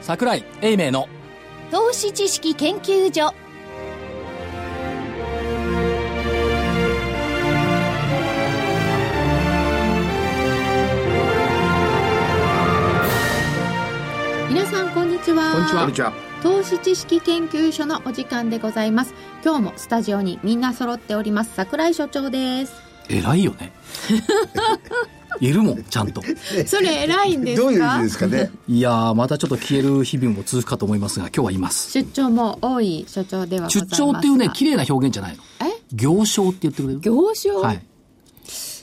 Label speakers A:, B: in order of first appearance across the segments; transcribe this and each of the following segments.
A: 桜井英明の
B: 投資知識研究所皆さんこんにちは
A: こんにちは
C: こんにちは。
B: 投資知識研究所のお時間でございます今日もスタジオにみんな揃っております桜井所長です
A: 偉いよ ねいるもんちゃんと
B: それ偉いんですか
C: どういう意味です かね。
A: いやーまたちょっと消える日々も続くかと思いますが今日はいます
B: 出張も多い所長ではござ
A: 出
B: います
A: 張
B: が
A: っていうね綺麗な表現じゃないの
B: え
A: 行商って言ってくれる
B: 行商、
A: はい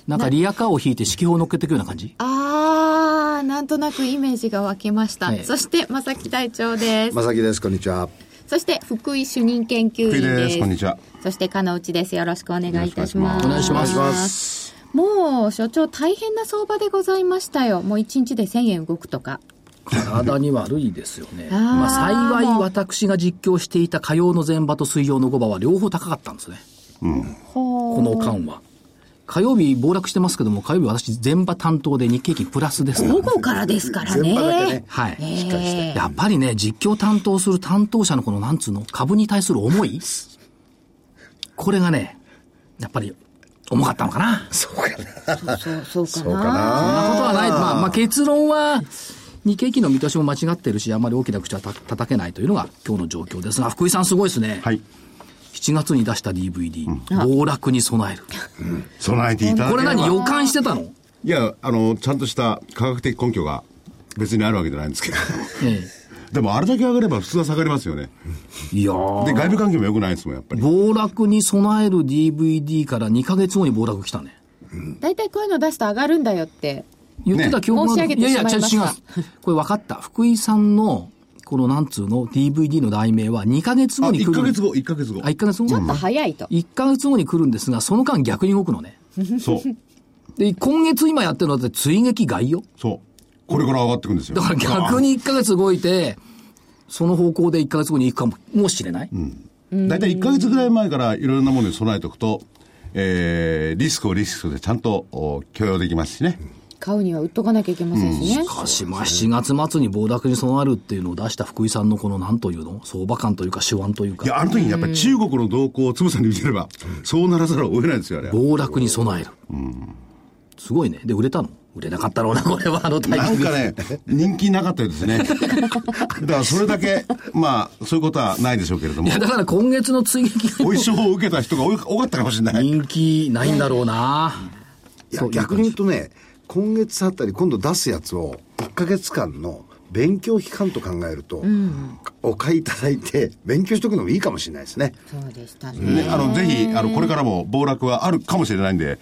A: なんかリアカーを引いて指揮法を乗っけていくような感じ
B: あー、なんとなくイメージが湧きました。
A: ええ
B: そして、正木隊長です。
C: まさきです。こんにちは。。
B: そして、福井主任研究員
D: 福井
B: で。
D: ですすこんにちは。
B: そして、金内です。よろしくお願いいたします。
A: よろしくお願いしますお願いします
B: もう、所長、大変な相場でございましたよ。もう1日で1000円動くとか。
A: 体に悪いですよね
B: あー
A: まあ幸い
B: もう
A: 私が実況していた火曜の前場と水曜の後場は両方高かったんですね
B: こ
A: この間は火曜日暴落してますけども火曜日私前場担当で日経金プラスですから
B: 午後からですからね。
C: 全場だけね。
A: はい、
B: ええ
A: やっぱりね、実況担当する担当者のこの、なんつうの、株に対する思いこれがね、やっぱり、重かったのかな。そ
B: そうそうか
C: そう
B: な。
C: か
A: んな
C: な。
A: ことはない。まあ、まあ、結論は、日経期の見通しも間違ってるし、あんまり大きな口はた叩けないというのが今日の状況ですが、福井さんすごいですね。
D: はい。
A: 7月に出した DVD、暴落に備える。
D: 備えていただ
A: こ
D: け
A: れ
D: れば。
A: 何予感してたの
D: いや、あの、ちゃんとした科学的根拠が別にあるわけじゃないんですけど。
A: ええ。
D: でも、あれだけ上がれば普通は下がりますよね。
A: いやー
D: で、外部環境も良くないですもん、やっぱり。
A: 暴落に備える DVD から2ヶ月後に暴落来たね。
B: 大体こういうの出すと上がるんだよって。
A: 言ってた記憶が、
B: ね申し上げてしまいました
A: いやいや、違う違う。これ分かった。福井さんの、このなんつうの、DVD の題名は2ヶ月
D: あ、
A: 後に来る。
D: 1ヶ月後、1ヶ月後
A: あ、。1ヶ月後
B: ちょっと早いと。
A: 1ヶ月後に来るんですが、その間逆に動くのね。
D: そう。
A: で、今月今やってるのだって追撃外よ。
D: そう。これから上がってくんですよ。
A: だから逆に1ヶ月動いて、その方向で1ヶ月後に行くかも、もしれない。
D: うん。 大体1ヶ月ぐらい前からいろんなものに備えておくと、えー、リスクをリスクでちゃんとお許容できますしね。
B: 買うには売っとかなきゃいけませんしね。
A: しかし、まあ、7月末に暴落に備えるっていうのを出した福井さんのこの、なんというの相場感というか、手腕という
D: いや、
A: か、
D: あの時にやっぱり中国の動向をつぶさに見てれば、そうならざるを得ないですよ、あれは。
A: 暴落に備える。すごいね。で、売れたの売れなかったろうな、これは、あのタイミング
D: なんかね、人気なかったようですね。だからそれだけ、まあ、そういうことはないでしょうけれども
A: い、や、だから今月の追撃が
D: お衣装を受けた人が多い多かったかもしれない。
A: 人気ないんだろうな。
C: い
A: そ
C: や
A: う
C: 逆に言うとね、今月あたり今度出すやつを1ヶ月間の勉強期間と考えると、お買いいただいて勉強しとくのもいいかもしれないですね。
B: そうでしたね。
D: ね、あの、ぜひ、あの、これからも暴落はあるかもしれないんで、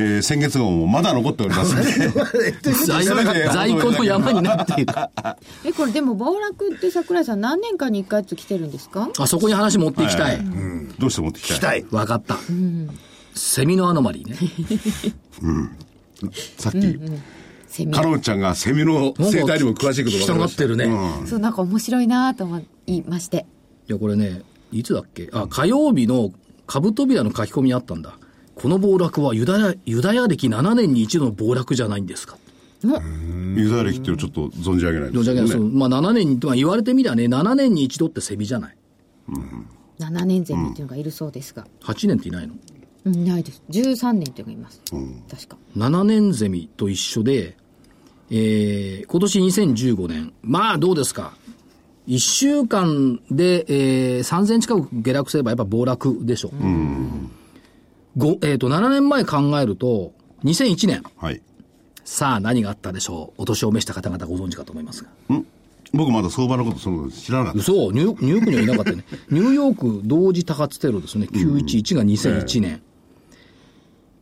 D: えー先月号もまだ残っておりますんで、
A: 在
D: それで
A: 在庫の山になっている。
B: えこれでも暴落って桜井さん何年かに1回ずつ来てるんですか
A: あそこに話持っていきたい。
D: どうして持ってき
C: 期
D: たい
C: 待。
A: わかった。セミのアノマリーね。
D: さっき、
B: セミ
D: かのんちゃんがセミの 生態にも詳しいこと
A: 聞きた
D: かり
A: が
D: ま
A: っ
D: した
A: てるね。い
B: そうなんか面白いなと思いまして
A: や、これね、いつだっけあ、火曜日の株扉の書き込みあったんだ。この暴落はユダヤ、ユダヤ歴7年に一度の暴落じゃないんですか。
D: ユダヤ歴っていうのはちょっと存じ上げないで
A: どう
D: す
A: じ
D: け
A: ゃけ
D: どね
A: ど、そのまあ7年に、まあ、言われてみりゃね、7年に一度ってセミじゃない。
B: 7年ゼミっていうのがいるそうですが、
A: 8年っていないの
B: うんないです13年っていうのがいます、確か
A: 7年ゼミと一緒で、えー、今年2015年、まあどうですか。1週間で、えー、3000近く下落すればやっぱ暴落でしょ。ごえっ、と、7年前考えると、2001年。
D: はい。
A: さあ何があったでしょう。お年を召した方々ご存知かと思いますが。
D: ん僕まだ相場のことその知らなかった。
A: 嘘ニューニューヨークにはいなかったよ ね。ニューヨーク同時多発テロですね。911が2001年。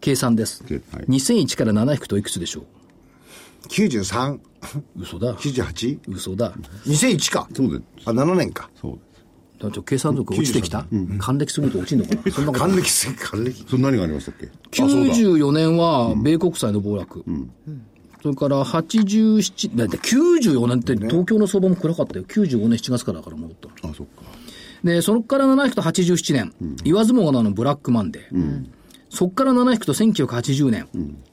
A: 計算です。
D: ではい
A: 2001から7引くといくつでしょ
C: 93、
A: う嘘だ。
C: 98、
A: 嘘だ。
C: 2001か。
D: そうです。
C: あ、7年か。
D: そうで
A: 団長、計算力落ちてきた還暦すぎると落ちんのかなそんなこと
C: 還暦すぎ、還暦。
D: す。それ何がありましたっけあそうだ
A: 94年は、米国債の暴落。それから87、だって94年って東京の相場も暗かったよ。95年7月からだから戻ったの。
D: あ、そっか。
A: で、そこから7引くと87年。言わずもがなのブラックマンデー。そこから7引くと1980年。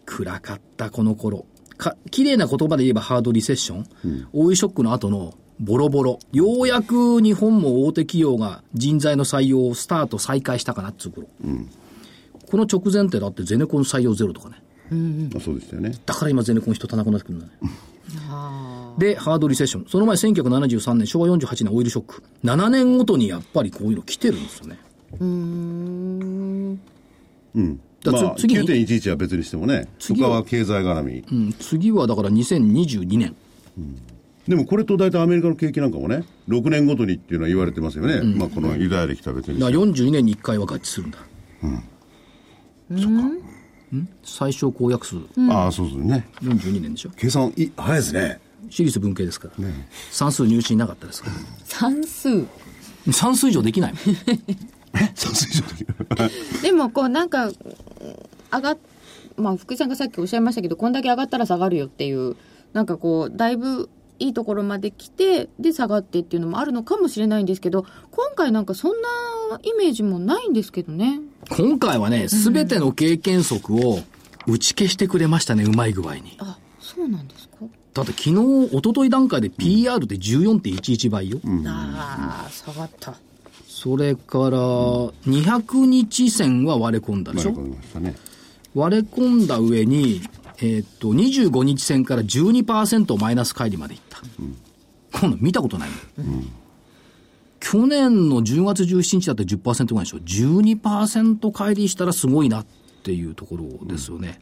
A: 暗かった、この頃。か、綺麗な言葉で言えばハードリセッション。オイショックの後のボロボロ。ようやく日本も大手企業が人材の採用をスタート再開したかなっつう頃。この直前ってだってゼネコン採用ゼロとかね。
D: あそうでしたよね。
A: だから今ゼネコン人足らなくなってくるんだね。で、ハードリセッション。その前1973年、昭和48年オイルショック。7年ごとにやっぱりこういうの来てるんですよね。だ
D: ま
A: から
D: あ、
A: つ次に
D: 9.11は別にしてもね、そ
A: 次は
D: こは経済絡み。
A: うん、次はだから2022年。
D: でもこれと大体アメリカの景気なんかもね、6年ごとにっていうのは言われてますよね。まあ、このユダヤ歴とは別にし
A: だから
D: て。
A: 42年に1回は合致するんだ。うん。最小公約数
D: ああ、そうですね。
A: 42年でしょ。
D: 計算、い、早いです ね。
A: 私立文系ですから。算数入試なかったですから。
B: 算数
A: 算数以上できないもん。
D: え算数以上できる。
B: でもこうなんかうん上がっまあ福井さんがさっきおっしゃいましたけどこんだけ上がったら下がるよっていうなんかこうだいぶいいところまで来てで下がってっていうのもあるのかもしれないんですけど今回なんかそんなイメージもないんですけどね
A: 今回はね、すべての経験則を打ち消してくれましたね、うまい具合に。
B: あそうなんですか、
A: だって昨日、一昨日段階で PR で14.11倍よ。
B: ああ下がった
A: それから、200日線は割れ込んだでしょ
D: わかりましたね。
A: 割れ込んだ上に、えーっと、25日線から12%マイナス乖離までいった。こんなの見たことないの、去年の10月17日だって10%ぐらいでしょ。12%乖離したらすごいなっていうところですよね。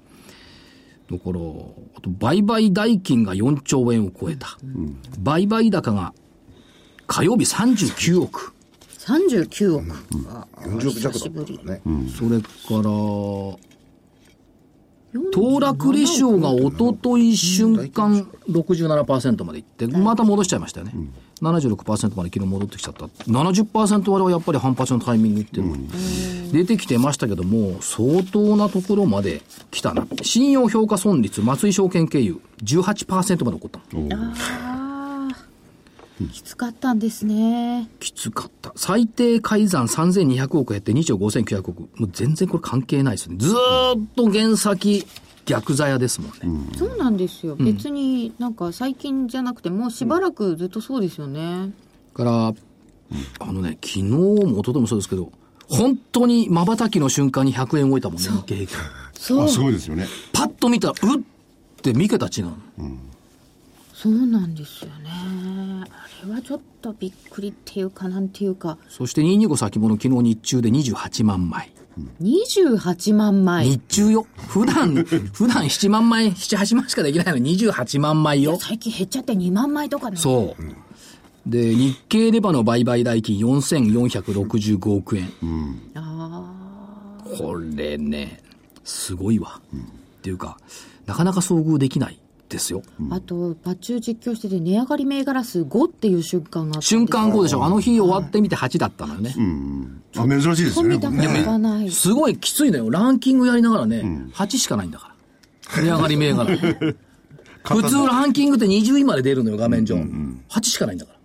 A: だから、あと、売買代金が4兆円を超えた。売買高が火曜日39億。
B: 39億、あ
C: 40億弱
B: 久しぶり
C: だからね、
A: それから、騰落利シオが一昨日瞬間67%までいって、また戻しちゃいましたよね。76%まで昨日戻ってきちゃった。70%割れはやっぱり反発のタイミングっていうのが出てきてましたけども、相当なところまで来たな。信用評価損率、松井証券経由、18%まで起こった。
B: あーきつかったんですね
A: きつかった。最低改ざん3200億減って2兆5900億。もう全然これ関係ないですね。ずーっと原先逆ざやですもんね。
B: そうなんですよ、別になんか最近じゃなくてもうしばらくずっとそうですよね、
A: から、あのね、昨日も一昨日もそうですけど、本当に瞬きの瞬間に100円動いたもんね。日経平均
B: そう
D: あ、すごいですよね。
A: パッと見たら、うっって見桁違うの。
B: そうなんですよねあれはちょっとびっくりっていうかなんていうか
A: そして225先物昨日日中で28万枚。
B: 28万枚
A: 日中よ。普 段、普段7万枚、7、8万しかできないのに28万枚よ。
B: 最近減っちゃって2万枚とかね
A: そう。で、日経レバの売買代金4465億円。これね、すごいわ。っていうか、なかなか遭遇できないですよ。
B: あとバッチュ実況してて値上がり銘柄数5っていう瞬間があったんです
A: 瞬間後でしょ。あの日終わってみて8だったのよね。
D: あ、珍しいですよ
B: 込
D: ね。
B: み
D: こ
B: だ
D: れ
B: け
D: ね
B: がない
A: すごいきついのよ。ランキングやりながらね、8しかないんだから。値上がり 銘柄。普通ランキングって20位まで出るのよ、画面上。8しかないんだから。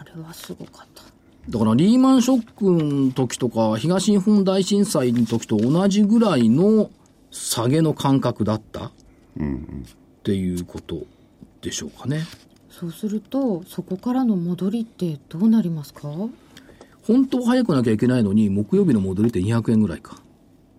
B: あれはすごかった
A: だからリーマンショックの時とか、東日本大震災の時と同じぐらいの下げの感覚だった、っていうことでしょうかね。
B: そうするとそこからの戻りってどうなりますか
A: 本当は早くなきゃいけないのに、木曜日の戻りって200円ぐらいか。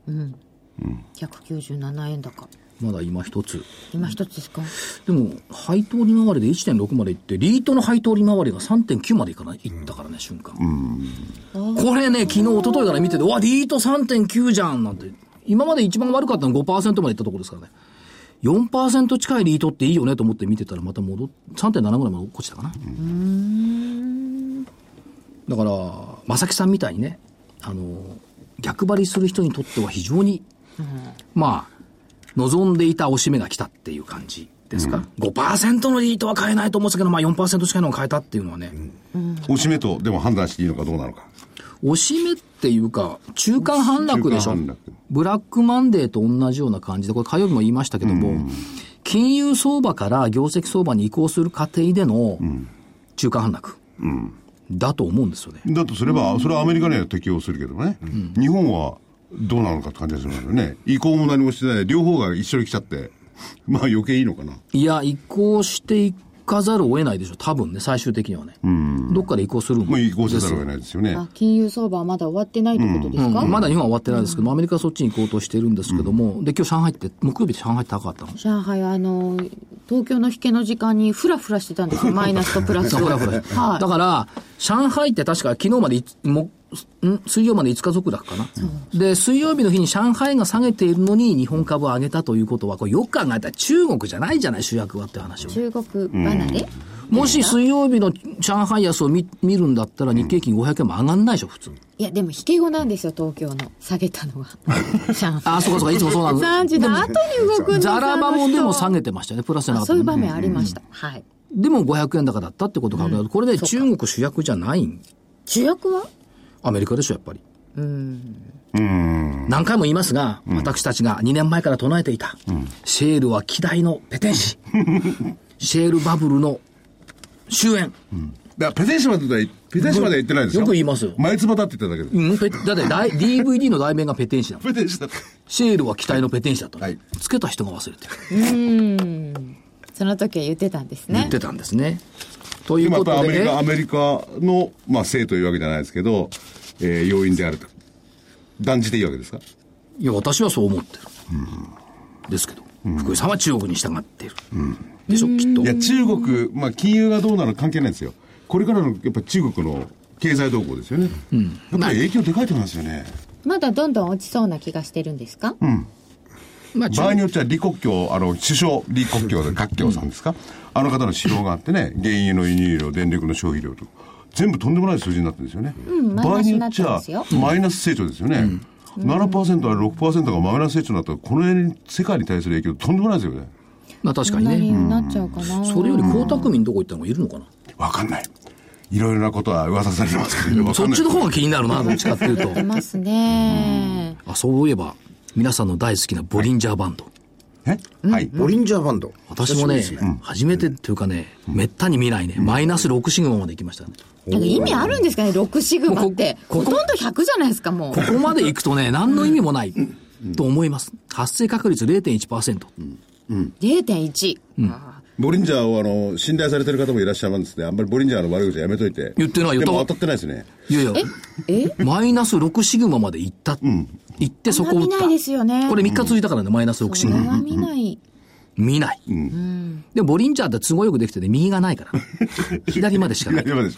B: 197円高
A: まだ今一つ。
B: 今一つですか
A: でも、配当利回りで1.6までいって、リートの配当利回りが3.9までいかない、いったからね、瞬間。これね、昨日、一昨日から見てて、うわ、リート3.9じゃんなんて。今まで一番悪かったの5%までいったところですからね。4%近いリートっていいよねと思って見てたら、また戻っ、3.7ぐらいまで落っこちたかな。だから、正木さんみたいにね、あの、逆張りする人にとっては非常に、まあ、望んでいたおしめが来たっていう感じですか、5%のリートは買えないと思うんですけど、まあ4%しかのが買えたっていうのはね、
D: 押し目と、でも判断していいのかどうなのか。
A: おしめっていうか、中間反落でし
D: 中
A: ょ
D: 間反落。
A: ブラックマンデーと同じような感じで、これ火曜日も言いましたけども、金融相場から業績相場に移行する過程での中間反落だと思うんですよね。
D: だとすれば、それはアメリカには適用するけどね、日本はどうなのかって感じがするんですよね。移行も何もしてない、両方が一緒に来ちゃって、まあ余計いいのかな。
A: いや、移行していかざるを得ないでしょう、多分ね、最終的にはね。どっかで移行するん
D: もう移行せざるを得ないですよね。
B: あ金融相場はまだ終わってないってことですか、
A: うんまだ日本は終わってないですけど、アメリカはそっちに行こうとしてるんですけども、で、今日上海って、木曜日って上海って高かったの。
B: 上海はあの東京の引けの時間にフラフラしてたんですよマイナスとプラス
A: そうフラフラして
B: はい
A: だから、上海って確か昨日までいつ、もん水曜まで5日続落かな。で、水曜日の日に上海が下げているのに、日本株を上げたということは、これよく考えたら中国じゃないじゃない、主役はっていう話を。
B: 中国離れ、
A: もし水曜日の上海安を見見るんだったら、日経平均500円も上がんないでしょ、普通。
B: いやでも引け後なんですよ東京の下げたの は上海
A: あ、そうかそうか、いつもそうな の。
B: 3時の後に動くんです
A: ザラバもでも
B: あ
A: 下
B: の
A: げてましたよね、プラスじゃ
B: 人
A: なか
B: あ
A: った
B: そう
A: も
B: いうん
A: ね
B: 場面ありました、はい
A: でも500円高だったってことを考えると、これで中国主役じゃない
B: 主役は
A: アメリカでしょ、やっぱり。何回も言いますが、私たちが2年前から唱えていた、シェールは希代のペテン 師、シェールバブルの終焉。
D: だからペテンシまで言ったらペテンシまでは言ってないですよ。
A: よく言いますよ
D: 前つばだって言っただけで
A: うん、ペだってだい DVD の題名がペテン師なの。
D: す。ペテンシだって。
A: シェールは期待のペテン師だったの、
D: はい
A: つけた人が忘れてる。
B: その時は言ってたんです
A: 言
B: ね
A: ってたんですね。という
D: 今や
A: こ
D: っぱり
A: と
D: アメ
A: で、
D: リ
A: え
D: カ、アメリカの、まあ、せいというわけじゃないですけど、えー要因であると。断じていいわけですか
A: いや、私はそう思ってる。ですけど、福井さんは中国に従っている。でしょ、きっと
D: い。や、中国、まあ、金融がどうなるか関係ないですよ。これからの、やっぱ中国の経済動向ですよね。やっぱり影響でかいと思いますよね。
B: まだどんどん落ちそうな気がしてるんですか、
A: まあ、中
D: 場合
A: 国
D: によっては李克強、あの、首相、李克強で、郭強さんですか、あの方の指標があってね、原油の輸入量、電力の消費量と、全部とんでもない数字になってるんですよね。
B: ん
D: 場合によっち
B: マイナスにな
D: ゃ
B: ってま、
D: マイナス成長ですよね。7%から6%がマイナス成長になったら、この辺に世界に対する影響、とんでもないですよね。
A: まあ確
B: そ
A: か
B: ん
A: に
B: な
A: ね。
B: になっちゃうかな、
A: それより江沢民どこ行ったのがいるのかな、
D: わかんない。いろいろなことは噂されてますけど、わか
A: そ
D: ん
A: っ
D: ない
A: ちの方が気になるな、どっちかっていうと
B: 出。ますね、
A: あ、そういえば、皆さんの大好きなボリンジャーバンド。
D: えはい。
C: ボリンジャーバンド。
A: 私もね
C: 久しぶりです、
A: 初めてっていうかね、めったに見ないね、マイナス6シグマまで行きましたね。
B: なんか意味あるんですかね、6シグマって。
A: ここ
B: ほとんど100じゃないですか、もう
A: こ。こまで行くとね、何の意味もないと思います。発生確率0.1%。
B: 0.1。
D: ボリンジャーをあの信頼されてる方もいらっしゃるんですね。あんまりボリンジャーの悪口はやめといて。
A: 言ってないよ
D: でも
A: と
D: 当たってないですね。
A: いやいや、
B: え
A: マイナス6シグマまで行った。行ってそこを打っ
B: あんま見
A: た。
B: ないですよね
A: これ3日続いたからね、マイナス6シ
B: それ
A: グマ。
B: は見ない。
A: 見ない。でもボリンジャーって都合よくできてて、右がないから。左までしかない。
D: やばいです。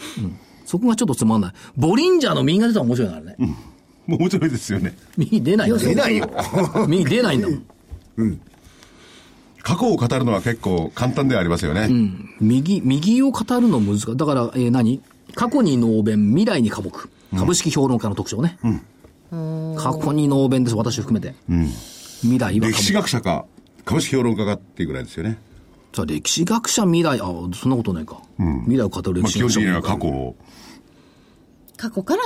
A: そこがちょっとつまんない。ボリンジャーの右が出たら面白いからね。
D: もう面白いですよね。
A: 右出ないんだよ
C: 出な いよ。
A: 右出ないんだもん。
D: 過去を語るのは結構簡単ではありますよね。
A: 右、右を語るの難しい。だから、えー何過去に能弁、未来に科目。株式評論家の特徴ね。過去に能弁です、私を含めて。未来は科目
D: 歴史学者か、株式評論家かっていうぐらいですよね。
A: さあ歴史学者、未来、あ、そんなことないか。未来を語る
D: まあ、
A: 歴
D: 基
A: 史
D: 本
A: 学
D: 的
A: 者。
D: には過去を。
B: 過去から、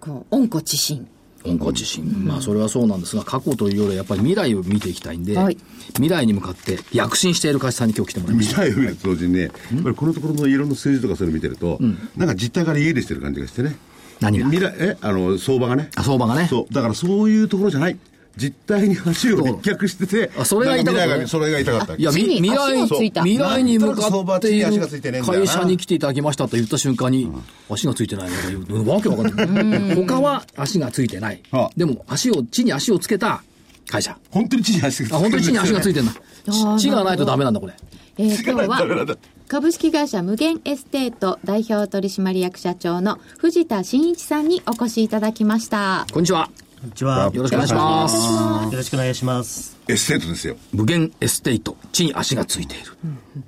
B: こう、温故知新。
A: 温故知新。まあ、それはそうなんですが、過去というよりはやっぱり未来を見ていきたいんで、
B: はい
A: 未来に向かって躍進している会社さんに今日来てもらいました。
D: 未来を見ると同時にね、やっぱりこのところのいろんな数字とかそういうの見てると、なんか実態から家出してる感じがしてね。
A: 何が
D: 未来、え、あの、相場がね。
A: あ相場がね
D: そう。だからそういうところじゃない。実態に足を立脚してて、
A: あそれが言いたかったね
D: なん未来がそれが痛かったわけ
A: いや、み
B: 地に
A: 未来
B: 足をついた
A: 未来に向かってい
D: なんとなく相場は地に足がついてねえ
A: る
D: んだよ
A: 会
D: な
A: 社に来ていただきましたと言った瞬間に、足がついてないのか言う、わけわかんない。他は足がついてない
D: あ。
A: でも、足を、地に足をつけた会社。
D: 本当に地に足がついて
A: あ、本当に地に足がつい
D: て
A: てんだ
B: あー。
A: 地がないとダメなんだ、これ。
B: えー 今日
D: ダメなんだ
B: は、株式会社無限エステート代表取締役社長の藤田真一さんにお越しいただきました。
A: こんにちは。
E: こんにちは。
A: よろしくお願いします。
E: よろしくお願いします。
D: エステートですよ。
A: 無限エステイト。地に足がついている。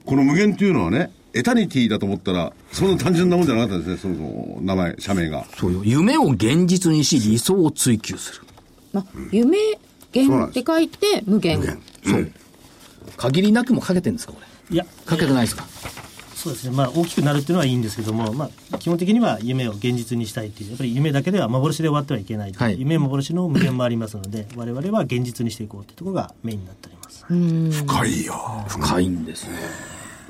D: この無限っていうのはね、エタニティだと思ったら、そんな単純なもんじゃなかったんですね、そもそも名前、社名が。
A: そうよ。夢を現実にし、理想を追求する。
B: まあ、夢、
C: そう
B: 限っ
C: なんで
B: て
C: す
B: 書いて、無限。
A: 限りなくもかけてんですか、これ。
E: いや、
A: かけてないですか。
E: そうですね。まあ、大きくなるっていうのはいいんですけども、まあ、基本的には夢を現実にしたいっていう、やっぱり夢だけでは幻で終わってはいけない。
A: はい
E: 夢、幻の無限もありますので、我々は現実にしていこうっていうところがメインになっております。
D: 深いよ。
A: 深いんですね。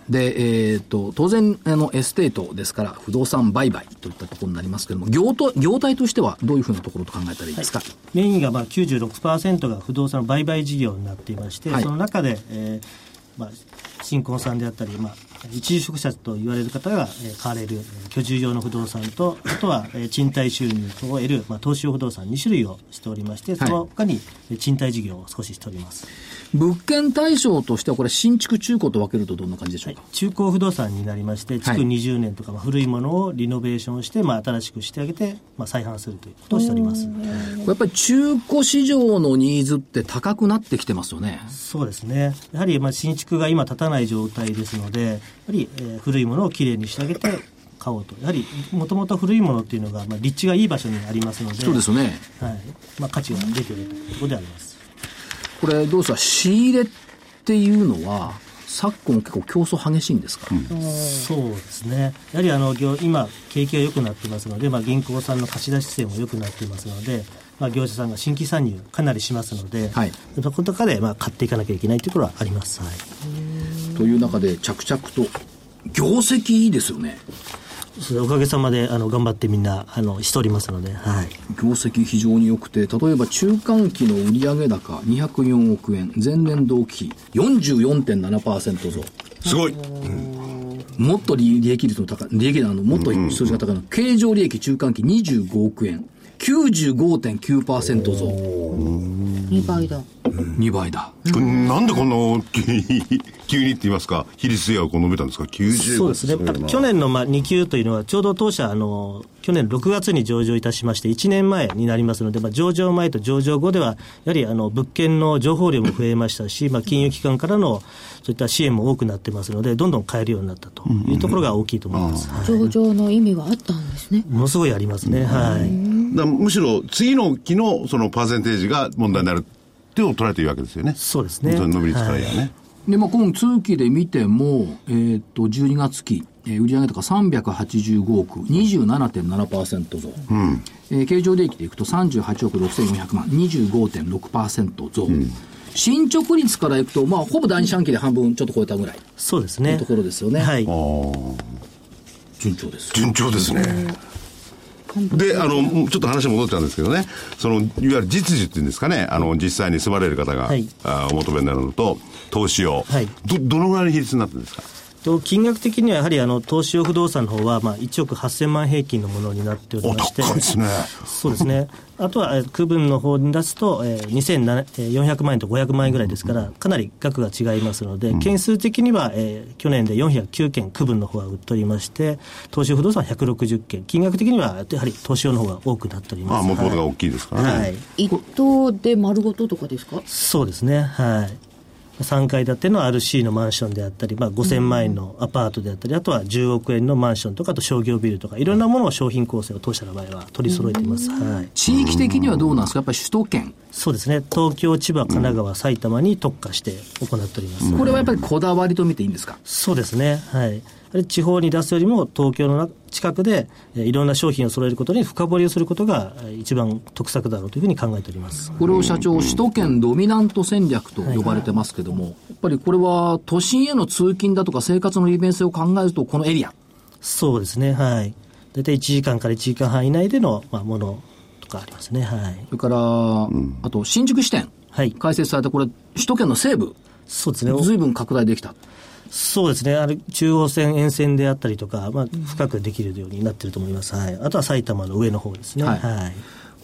A: で、えっ、と、当然、あの、エステートですから、不動産売買といったところになりますけども、業と、業態としてはどういうふうなところと考えたらいいですか、
E: メインがまあ96%が不動産売買事業になっていまして、
A: はい
E: その中で、えーまあ、新婚さんであったり、まあ、一時職者と言われる方が、えー買われるえー居住用の不動産と、あとは、えー賃貸収入を得る、まあ、投資用不動産2種類をしておりまして、その他に、えー賃貸事業を少ししております。
A: 物件対象としては、これ、新築、中古と分けるとどんな感じでしょうか。
E: 中古不動産になりまして、築20年とか、まあ、古いものをリノベーションして、まあ、新しくしてあげて、まあ、再販するということをしております。
A: これやっぱり中古市場のニーズって高くなってきてますよね。
E: そうですね。やはり、まあ、新築が今立たない状態ですので、やはり、えー古いものをきれいにしてあげて買おうと。やはり、もともと古いものっていうのが、まあ、立地がいい場所にありますので、
A: そうですよね。
E: はい。まあ、価値が出ているというところであります。
A: これ、どうですか、仕入れっていうのは、昨今結構競争激しいんですか、
E: そうですね、やはりあの業今、景気が良くなってますので、まあ、銀行さんの貸し出し姿勢も良くなってますので、まあ、業者さんが新規参入、かなりしますので、
A: はい
E: そこの中でまあ買っていかなきゃいけないというところはあります、はい、
A: という中で、着々と、業績いいですよね。
E: それおかげさまであの頑張ってみんなあのしておりますので、はい、
A: 業績非常に良くて、例えば中間期の売上高204億円、前年同期比44.7%増。
D: すごい
A: もっと利利益率の高い、利益あの、もっと数字が高いの、経常利益中間期25億円、95.9%増、
B: 2倍だ。
A: 2倍だ。
D: これなんでこんな大きい 急にって言いますか、比率やこう述べたんですか、90
E: そうですね、
D: まあ
E: 去年のまあ2級というのは、ちょうど当社あの、去年6月に上場いたしまして、1年前になりますので、まあ、上場前と上場後では、やはりあの物件の情報量も増えましたし、まあ、金融機関からのそういった支援も多くなってますので、どんどん買えるようになったというところが大きいと思います。はい
B: 上場の意味はあったんですね。
E: ものすごいありますね、はい、
D: だからむしろ次の期のそのパーセンテージが問題になるっていうのを捉えているわけですよね。
E: そうですね
D: 本当に伸び率からやね。
A: で、まあ、今通期で見ても、えーっと、12月期、えー売上高385億、27.7%増。えー経常利益でいくと38億6400万、25.6%増。進捗率からいくと、まあ、ほぼ第二四半期で半分ちょっと超えたぐらい
E: そうです
A: とい
E: ね
A: うところですよね。
E: はい、
A: 順調です。
D: 順調ですね。で、あの、ちょっと話戻っちゃうんですけどね、その、いわゆる実需っていうんですかね、あの、実際に住まれる方が、
E: はい
D: あお求めになるのと、投資を、
E: はい
D: ど、どのぐらいの比率になってるんですか
E: と金額的にはやはりあの投資用不動産の方はまあ1億8000万平均のものになっており
D: お、
E: まして、
D: 高いですね。
E: そうですね。あとは、えー区分の方に出すと、えー2700えー400万円と500万円ぐらいですから、かなり額が違いますので、件数的には、えー去年で409件区分の方は売っておりまして、投資不動産は160件、金額的には、やはり投資用の方が多くなっており
D: ま
E: ま
D: あ、
E: す。
D: もともとが
E: はい
D: 大きいですからね。
E: はい。
B: 一棟で丸ごととかですか
E: そうですね。はい。3階建ての RC のマンションであったり、まあ、5000万円のアパートであったり、あとは10億円のマンションとか、あと商業ビルとか、いろんなものを商品構成を当社の場合は取り揃えています。はい。
A: 地域的にはどうなんですかやっぱり首都圏。
E: そうですね、東京、千葉、神奈川、埼玉に特化して行っております。
A: これはやっぱりこだわりと見ていいんですか
E: そうですね、はい、あれ地方に出すよりも、東京のな近くで、えーいろんな商品を揃えることに深掘りをすることが、えー一番得策だろうというふうに考えております。
A: これを社長、首都圏ドミナント戦略と呼ばれてますけども、やっぱりこれは都心への通勤だとか生活の利便性を考えると、このエリア。
E: そうですね、はい、大体1時間から1時間半以内での、まあ、ものとかありますね、はい、
A: それから、あと新宿支店、
E: はい
A: 開設された、これ、首都圏の西部、
E: そうですね、
A: ずいぶん拡大できた。
E: そうですね、あの中央線沿線であったりとか、まあ、深くできるようになってると思います、はい、あとは埼玉の上の方ですね。
A: はい
E: はい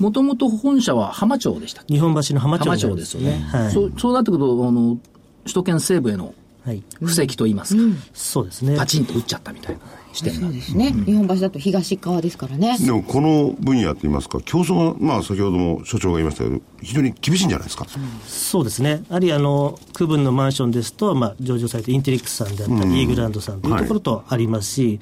A: もともと本社は浜町でしたっけ
E: 日本橋の浜
A: 浜
E: 町になる
A: 町
E: ん
A: ですよね。
E: はい、
A: そうそうなってくると、あの、首都圏西部への
E: はい、
A: 布石といいますか、
E: そうですね。
A: パチンと打っちゃったみたいな視点が
B: そう。ですね。日本橋だと東側ですからね。
D: でも、この分野って言いますか、競争が、まあ、先ほども所長が言いましたけど、非常に厳しいんじゃないですか。
E: そうですね。やはりあの、区分のマンションですと、まあ、上場されてインテリックスさんであったり、イーグランドさんというところとありますし、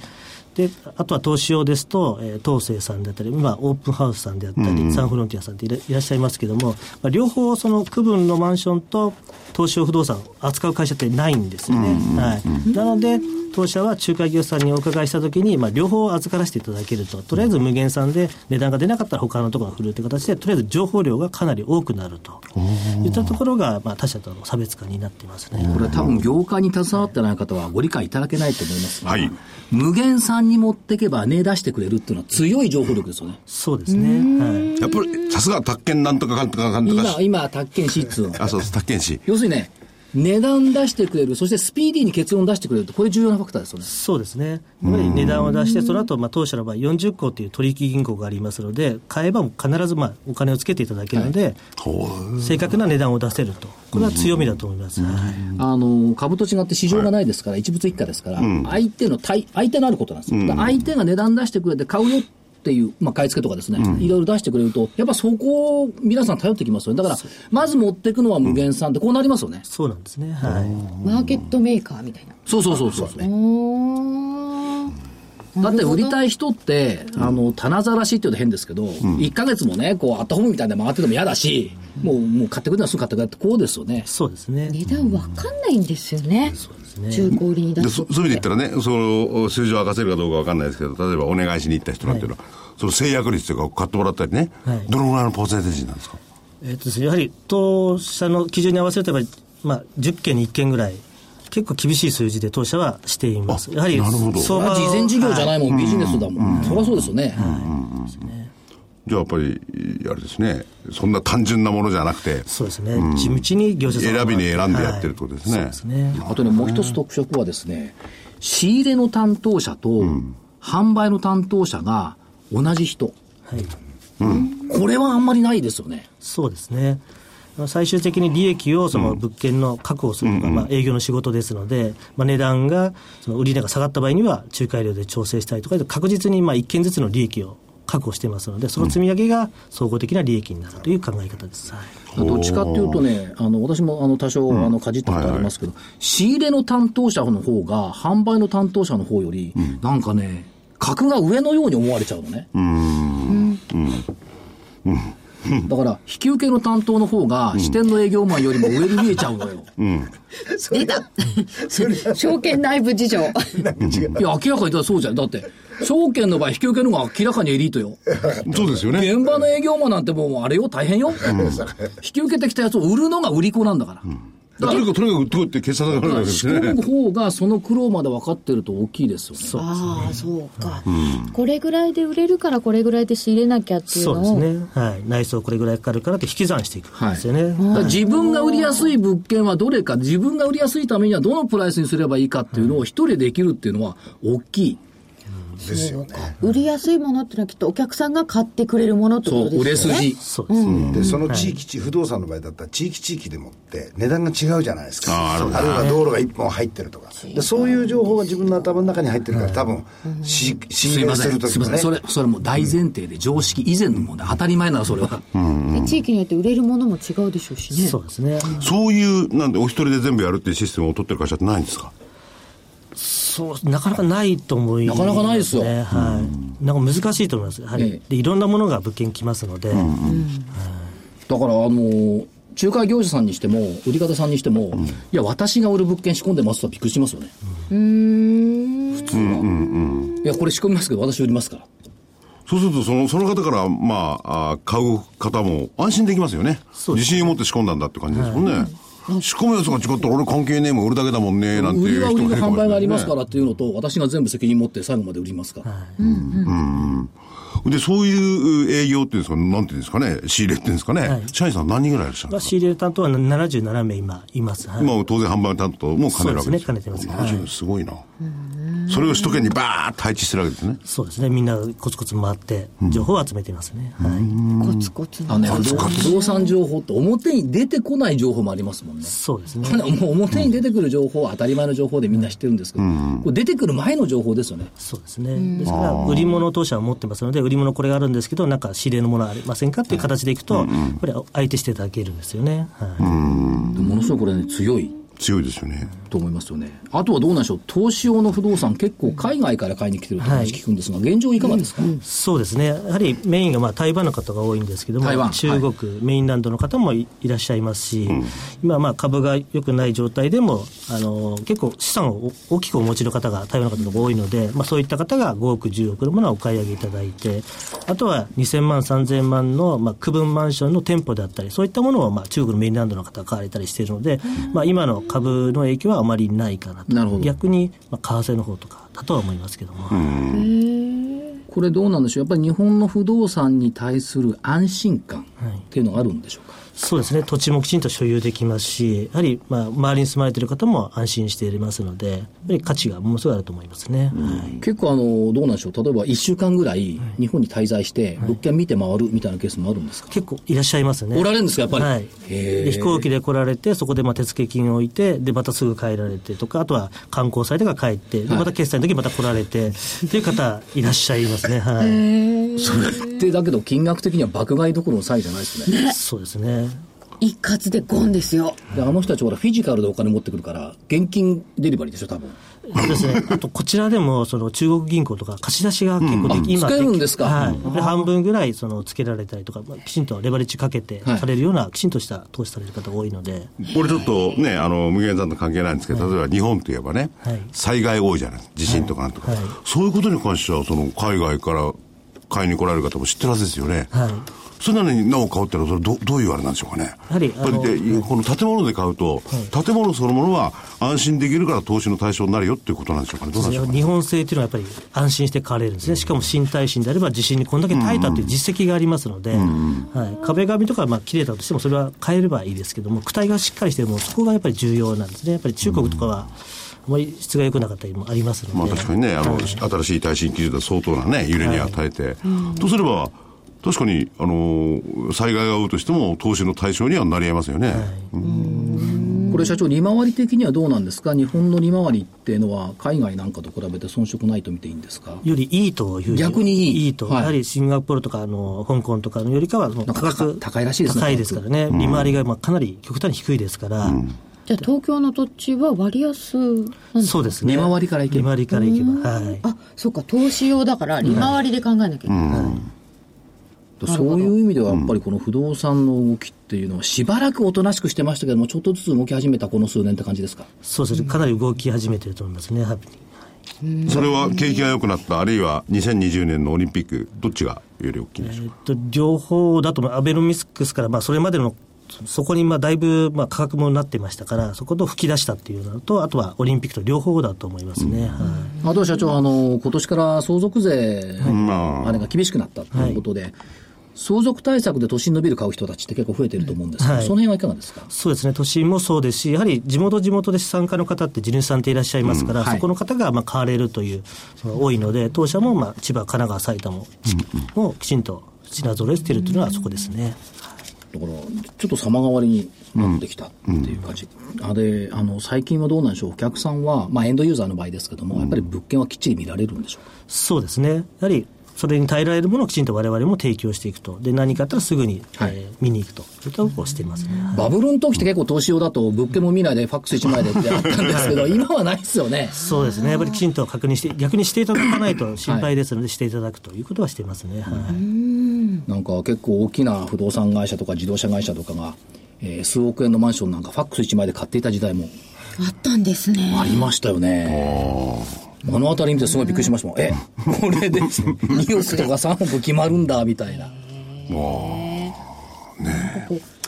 E: で、あとは投資用ですと、えー東勢さんであったり、まあ、オープンハウスさんであったり、サンフロンティアさんっていらいらっしゃいますけども、まあ、両方その区分のマンションと投資用不動産を扱う会社ってないんですよね。はい。なので、当社は仲介業者さんにお伺いしたときに、まあ、両方預からせていただけると、とりあえず無限さんで値段が出なかったら他のところが振るという形で、とりあえず情報量がかなり多くなるといったところが、まあ、他社との差別化になっていますね。
A: これ多分業界に携わってない方はご理解いただけないと思いますが、
D: はい
A: 無限さんに持ってけば値出してくれるっていうのは強い情報力ですよね。
E: そうですね。はい。
D: やっぱり、さすが、宅建なんとかかんとかかんとか
A: 今、
D: し、
A: 今、宅建市っつうの
D: あ、そうです、宅建士。
A: 要するにね、値段出してくれる、そしてスピーディーに結論出してくれると、これ重要なファクターですよね。
E: そうですね。やはり値段を出して、その後、まあ、当社の場合40行という取引銀行がありますので、買えば必ず、まあ、お金をつけていただけるので、正確な値段を出せると。これは強みだと思います。はい
A: あの株と違って市場がないですから、一物一貨ですから、相手の対相手のあることなんですよ、だから相手が値段出してくれて買うよっていう、まあ、買い付けとかですね、いろいろ出してくれると、やっぱそこを皆さん頼ってきますよね、だからまず持っていくのは無限さんって、こうなりますよね、
E: そうなんですね。はい。
B: マーケットメーカーみたいな。
A: そうそうそうそうですね。
B: おー
A: だって売りたい人って、あの、棚ざらしって言うと変ですけど、1ヶ月もね、こう、アットホームみたいなの回ってても嫌だし、もう、もう買ってくるのはすぐ買ってくれって、こうですよね。
E: そうですね。
B: 値段わかんないんですよね。中古売りに出
D: ですそ
B: と。
D: そういう意味で言ったらね、その数字を明かせるかどうかわかんないですけど、例えばお願いしに行った人なんていうのは、その制約率というか、買ってもらったりね、
E: はい
D: どのぐらいのポーセンテージなんですか、
E: えっとですねやはり当社の基準に合わせると、やっぱり、まあ、10件に1件ぐらい、結構厳しい数字で当社はしています。やはり
D: なるほど
E: 相
A: まあ
E: 場を
A: 事前事業じゃ
E: は
A: ないもん、ビジネスだもん。そりゃそうですよね。
D: じゃあやっぱり、あれですね、そんな単純なものじゃなくて、
E: そうですね、地道に業者さんが
D: 選びに選んでやってるってことですね
E: はいそうですね
A: あとね、もう一つ特色はですね、仕入れの担当者と、販売の担当者が同じ人。
E: はい、
A: これはあんまりないですよね。
E: そうですねあの最終的に利益をその物件の確保するのが、まあ、営業の仕事ですので、まあ、値段がその売り値が下がった場合には仲介料で調整したりとかで確実にまあ1件ずつの利益を確保してますのでその積み上げが総合的な利益になるという考え方です、はい
A: どっちかっていうとね、あの私もあの多少、あのかじったことありますけど、仕入れの担当者の方が、販売の担当者の方より、なんかね、格が上のように思われちゃうのね。だから、引き受けの担当の方が、支店の営業マンよりも上に見えちゃうのよ。
B: 出た 証券内部事情。
A: いや、明らかにだそうじゃん。だって、証券の場合、引き受けの方が明らかにエリートよ。
D: そうですよね、
A: 現場の営業マンなんてもうあれよ、大変よ。引き受けてきたやつを売るのが売り子なんだから。
D: とにかくとにかくどうやって決算がかかるわけです
A: 仕
D: ね。
A: 込む方がその苦労まで分かってると大きいですよね。
B: ああ、そうか、これぐらいで売れるから、これぐらいで仕入れなきゃっていう
E: そうで
B: の
E: す
B: を。
E: ね、はい、内装これぐらいかかるからって引き算していくんですよね、
A: だから自分が売りやすい物件はどれか、自分が売りやすいためにはどのプライスにすればいいかっていうのを一人でできるっていうのは大きい。
C: ですよね。
B: 売りやすいものっていうのはきっとお客さんが買ってくれるものってこ
A: そう、
B: とですよ
A: 売
B: ね。
A: れ筋。
E: そうですね、
C: で、その地域地、不動産の場合だったら、地域地域でもって、値段が違うじゃないですか。
D: あーあるね
C: あるいは道路が一本入ってるとか。で、そういう情報が自分の頭の中に入ってるから、多分、し、
A: す
C: 信
A: い
C: 用
A: ま
C: して
A: せ
C: る
A: ん、
C: と
A: す
C: き
A: いません。そ
C: ね。
A: れ、それもう大前提で常識以前の問題、当たり前なの、それは。
B: で地域によって売れるものも違うでしょうしね。
E: そうですね
D: そういう、なんで、お一人で全部やるっていうシステムを取ってる会社ってないんですか
E: そうなかなかないと思います、ね、
A: なかなかないですよ
E: はい、なんか難しいと思います、はい
A: え
E: でいろんなものが物件来ますので、
A: だから、あの仲介業者さんにしても、売り方さんにしても、いや、私が売る物件仕込んでますとはびっくりしますよね。普通は、いや、これ仕込みますけど、私売りますから。
D: そうすると、その、その方から、まあ、あ買う方も安心できますよね。
E: うで
D: 自信を持って仕込んだんだって感じですもんね。仕込むやつが違ったら俺関係ねえもん、売るだけだもんね、なんて
A: 売
D: い
A: り
D: う
A: は売
D: 人
A: り
D: もい
A: の
D: るか
A: 販
D: もしれ
A: 売が
D: な
A: あ
D: い
A: り
D: ね
A: ますからっていうのと、私が全部責任持って最後まで売りますから。
D: で、そういう営業っていうんですか、なんていうんですかね、仕入れっていうんですかね、
E: はい
D: 社員さん何人ぐらいいらっしゃるん
E: まあ、
D: です
E: 仕入れ担当は77名今います、はい
D: か、まあ、当然販売担当も兼ねるわけです
E: そうですね兼ねてますね
D: 70すごいな。それを首都圏にバーッと配置してるわけですね。
E: そうですねみんなコツコツ回って情報を集めていますね、はい、
B: コツコツ
A: あのね、不動産情報って表に出てこない情報もありますもんね。
E: そうですね
A: これもう表に出てくる情報は当たり前の情報でみんな知ってるんですけど、これ出てくる前の情報ですよね。
E: そうですねですから売り物を当社は持ってますので売り物これがあるんですけどなんか仕入れのものありませんかっていう形でいくと、これ相手していただけるんですよね、はい
A: ものすごくこれね、強い
D: 強いですよね。
A: と思いますよね。あとはどうなんでしょう、投資用の不動産、結構海外から買いに来てるって話聞くんですが、現状いかがですか、
E: そうですね、やはりメインがまあ台湾の方が多いんですけども
A: 台湾、
E: 中国、メインランドの方もいいらっしゃいますし、今、まあ株が良くない状態でも、あの結構、資産を大きくお持ちの方が、台湾の方が多いので、まあ、そういった方が5億、10億のものはお買い上げいただいて、あとは2000万、3000万の、まあ、区分マンションの店舗であったり、そういったものを、まあ、中国のメインランドの方が買われたりしているので、まあ、今の株の影響はあまりないかなと、
A: なるほど
E: 逆に、まあ、為替の方とかだとは思いますけども。
A: これどうなんでしょう、やっぱり日本の不動産に対する安心感、
E: はい
A: っていうのがあるんでしょうか。
E: そうですね、土地もきちんと所有できますし、やはり、まあ、周りに住まれている方も安心していれますので、やっぱり価値がものすごいあると思いますね。はい
A: 結構あの、どうなんでしょう。例えば1週間ぐらい日本に滞在して物件見て回るみたいなケースもあるんですか、
E: 結構いらっしゃいますね。
A: おられるんですかやっぱり
E: はい。
A: へー
E: で飛行機で来られて、そこでまあ手付金を置いて、で、またすぐ帰られてとか、あとは観光祭とか帰って、で、また決済の時にまた来られて、っていう方いらっしゃいますね。はい。
A: それってだけど金額的には爆買いどころの際じゃないですね。
E: そうですね。
B: 一括でゴンですよ。
A: であの人たちほらフィジカルでお金持ってくるから、現金デリバリーでしょ、多分。
E: そうで すね。あと、こちらでも、その中国銀行とか貸し出しが結構でき、
A: うんあ使えるんですか
E: はい。
A: うん
E: やっぱり半分ぐらい、その、つけられたりとか、まあきちんとレバレッジかけて
A: はい
E: されるような、きちんとした投資される方が多いので、
D: これちょっとね、あの、無限さんと関係ないんですけど、例えば日本といえばね、
E: はい
D: 災害多いじゃない地震とかなんとか、
E: はい
D: そういうことに関しては、その、海外から買いに来られる方も知ってるはずですよね。
E: はい。
D: それなのになお買うってのは、それどどういうあれなんでしょうかね。
E: やはりあの
D: だってこの建物で買うと、建物そのものは安心できるから投資の対象になるよっていうことなんでしょうかね。どうなんでしょうかね。
E: 日本製というのはやっぱり安心して買われるんですね、しかも新耐震であれば、地震にこんだけ耐えたという実績がありますので、はい、壁紙とかはまあ切れたとしても、それは変えればいいですけども、躯体がしっかりしても、そこがやっぱり重要なんですね、やっぱり中国とかは、あまり質が良くなかったりもありますので、
D: まあ確かにね、あの、
E: はい
D: 新しい耐震基準では相当なね、揺れに与えて、とすれば、確かに、あのー、災害が多いとしても、投資の対象にはなり得ますよね。
A: これ社長、利回り的にはどうなんですか日本の利回りっていうのは海外なんかと比べて遜色ないと見ていいんですか
E: よりいいというふうに
A: 逆にいい
E: いいと、
A: はい
E: やはりシンガポールとかあの香港とかのよりかはもう
A: なん
E: 価
A: か
E: 格
A: 高いらしいですね
E: 高いですからね、利回りがまあかなり極端に低いですから、
B: じゃあ東京の土地は割安なんです
E: そうですね、
A: 利回りからいけば
E: 利回りからいけば、はい、
B: あ、そうか、投資用だから利回りで考えなきゃいけない。
A: そういう意味ではやっぱりこの不動産の動きっていうのはしばらくおとなしくしてましたけども、ちょっとずつ動き始めたこの数年って感じですか
E: そうですね、かなり動き始めてると思いますね、はい
D: それは景気が良くなった、あるいは2020年のオリンピック、どっちがより大きいんでしょう
E: えっと、両方だと思う、アベノミクスから、まあ、それまでの、そこにまあだいぶまあ価格もなってましたから、そこと吹き出したっていうのと、あとはオリンピックと両方だと思いますね。はい
A: あとは社長、あの今年から相続税
D: ま
A: の
D: あ
A: あれが厳しくなったということで、相続対策で都心のビル買う人たちって結構増えてると思うんですけど、
E: はい
A: その辺はいかがですか
E: そうですね、都心もそうですし、やはり地元地元で資産家の方って地主さんっていらっしゃいますから、
A: はい
E: そこの方がまあ買われるという、その多いので、当社もまあ千葉、神奈川、埼玉もきちんと品揃えしているというのはそこですね。
A: だから、ちょっと様変わりになってきたっていう感じ。あで、あの、最近はどうなんでしょうお客さんは、まあ、エンドユーザーの場合ですけども、やっぱり物件はきっちり見られるんでしょうか
E: そうですね、やはりそれに耐えられるものをきちんと我々も提供していくと、で何かあったらすぐに、
A: はい
E: えー見に行くと、そういったことをしていますね。
A: バブルの時って結構投資用だと物件も見ないでファックス1枚でってあったんですけど、今はないですよね。
E: そうですね、やっぱりきちんと確認して、逆にしていただかないと心配ですので、していただくということはしていますね。はい
A: なんか結構大きな不動産会社とか自動車会社とかが、えー数億円のマンションなんかファックス1枚で買っていた時代も
B: あったんですね。
A: ありましたよね。目の当たりに見てすごいびっくりしましたもん。え、これで2億とか3億決まるんだ、みたいな。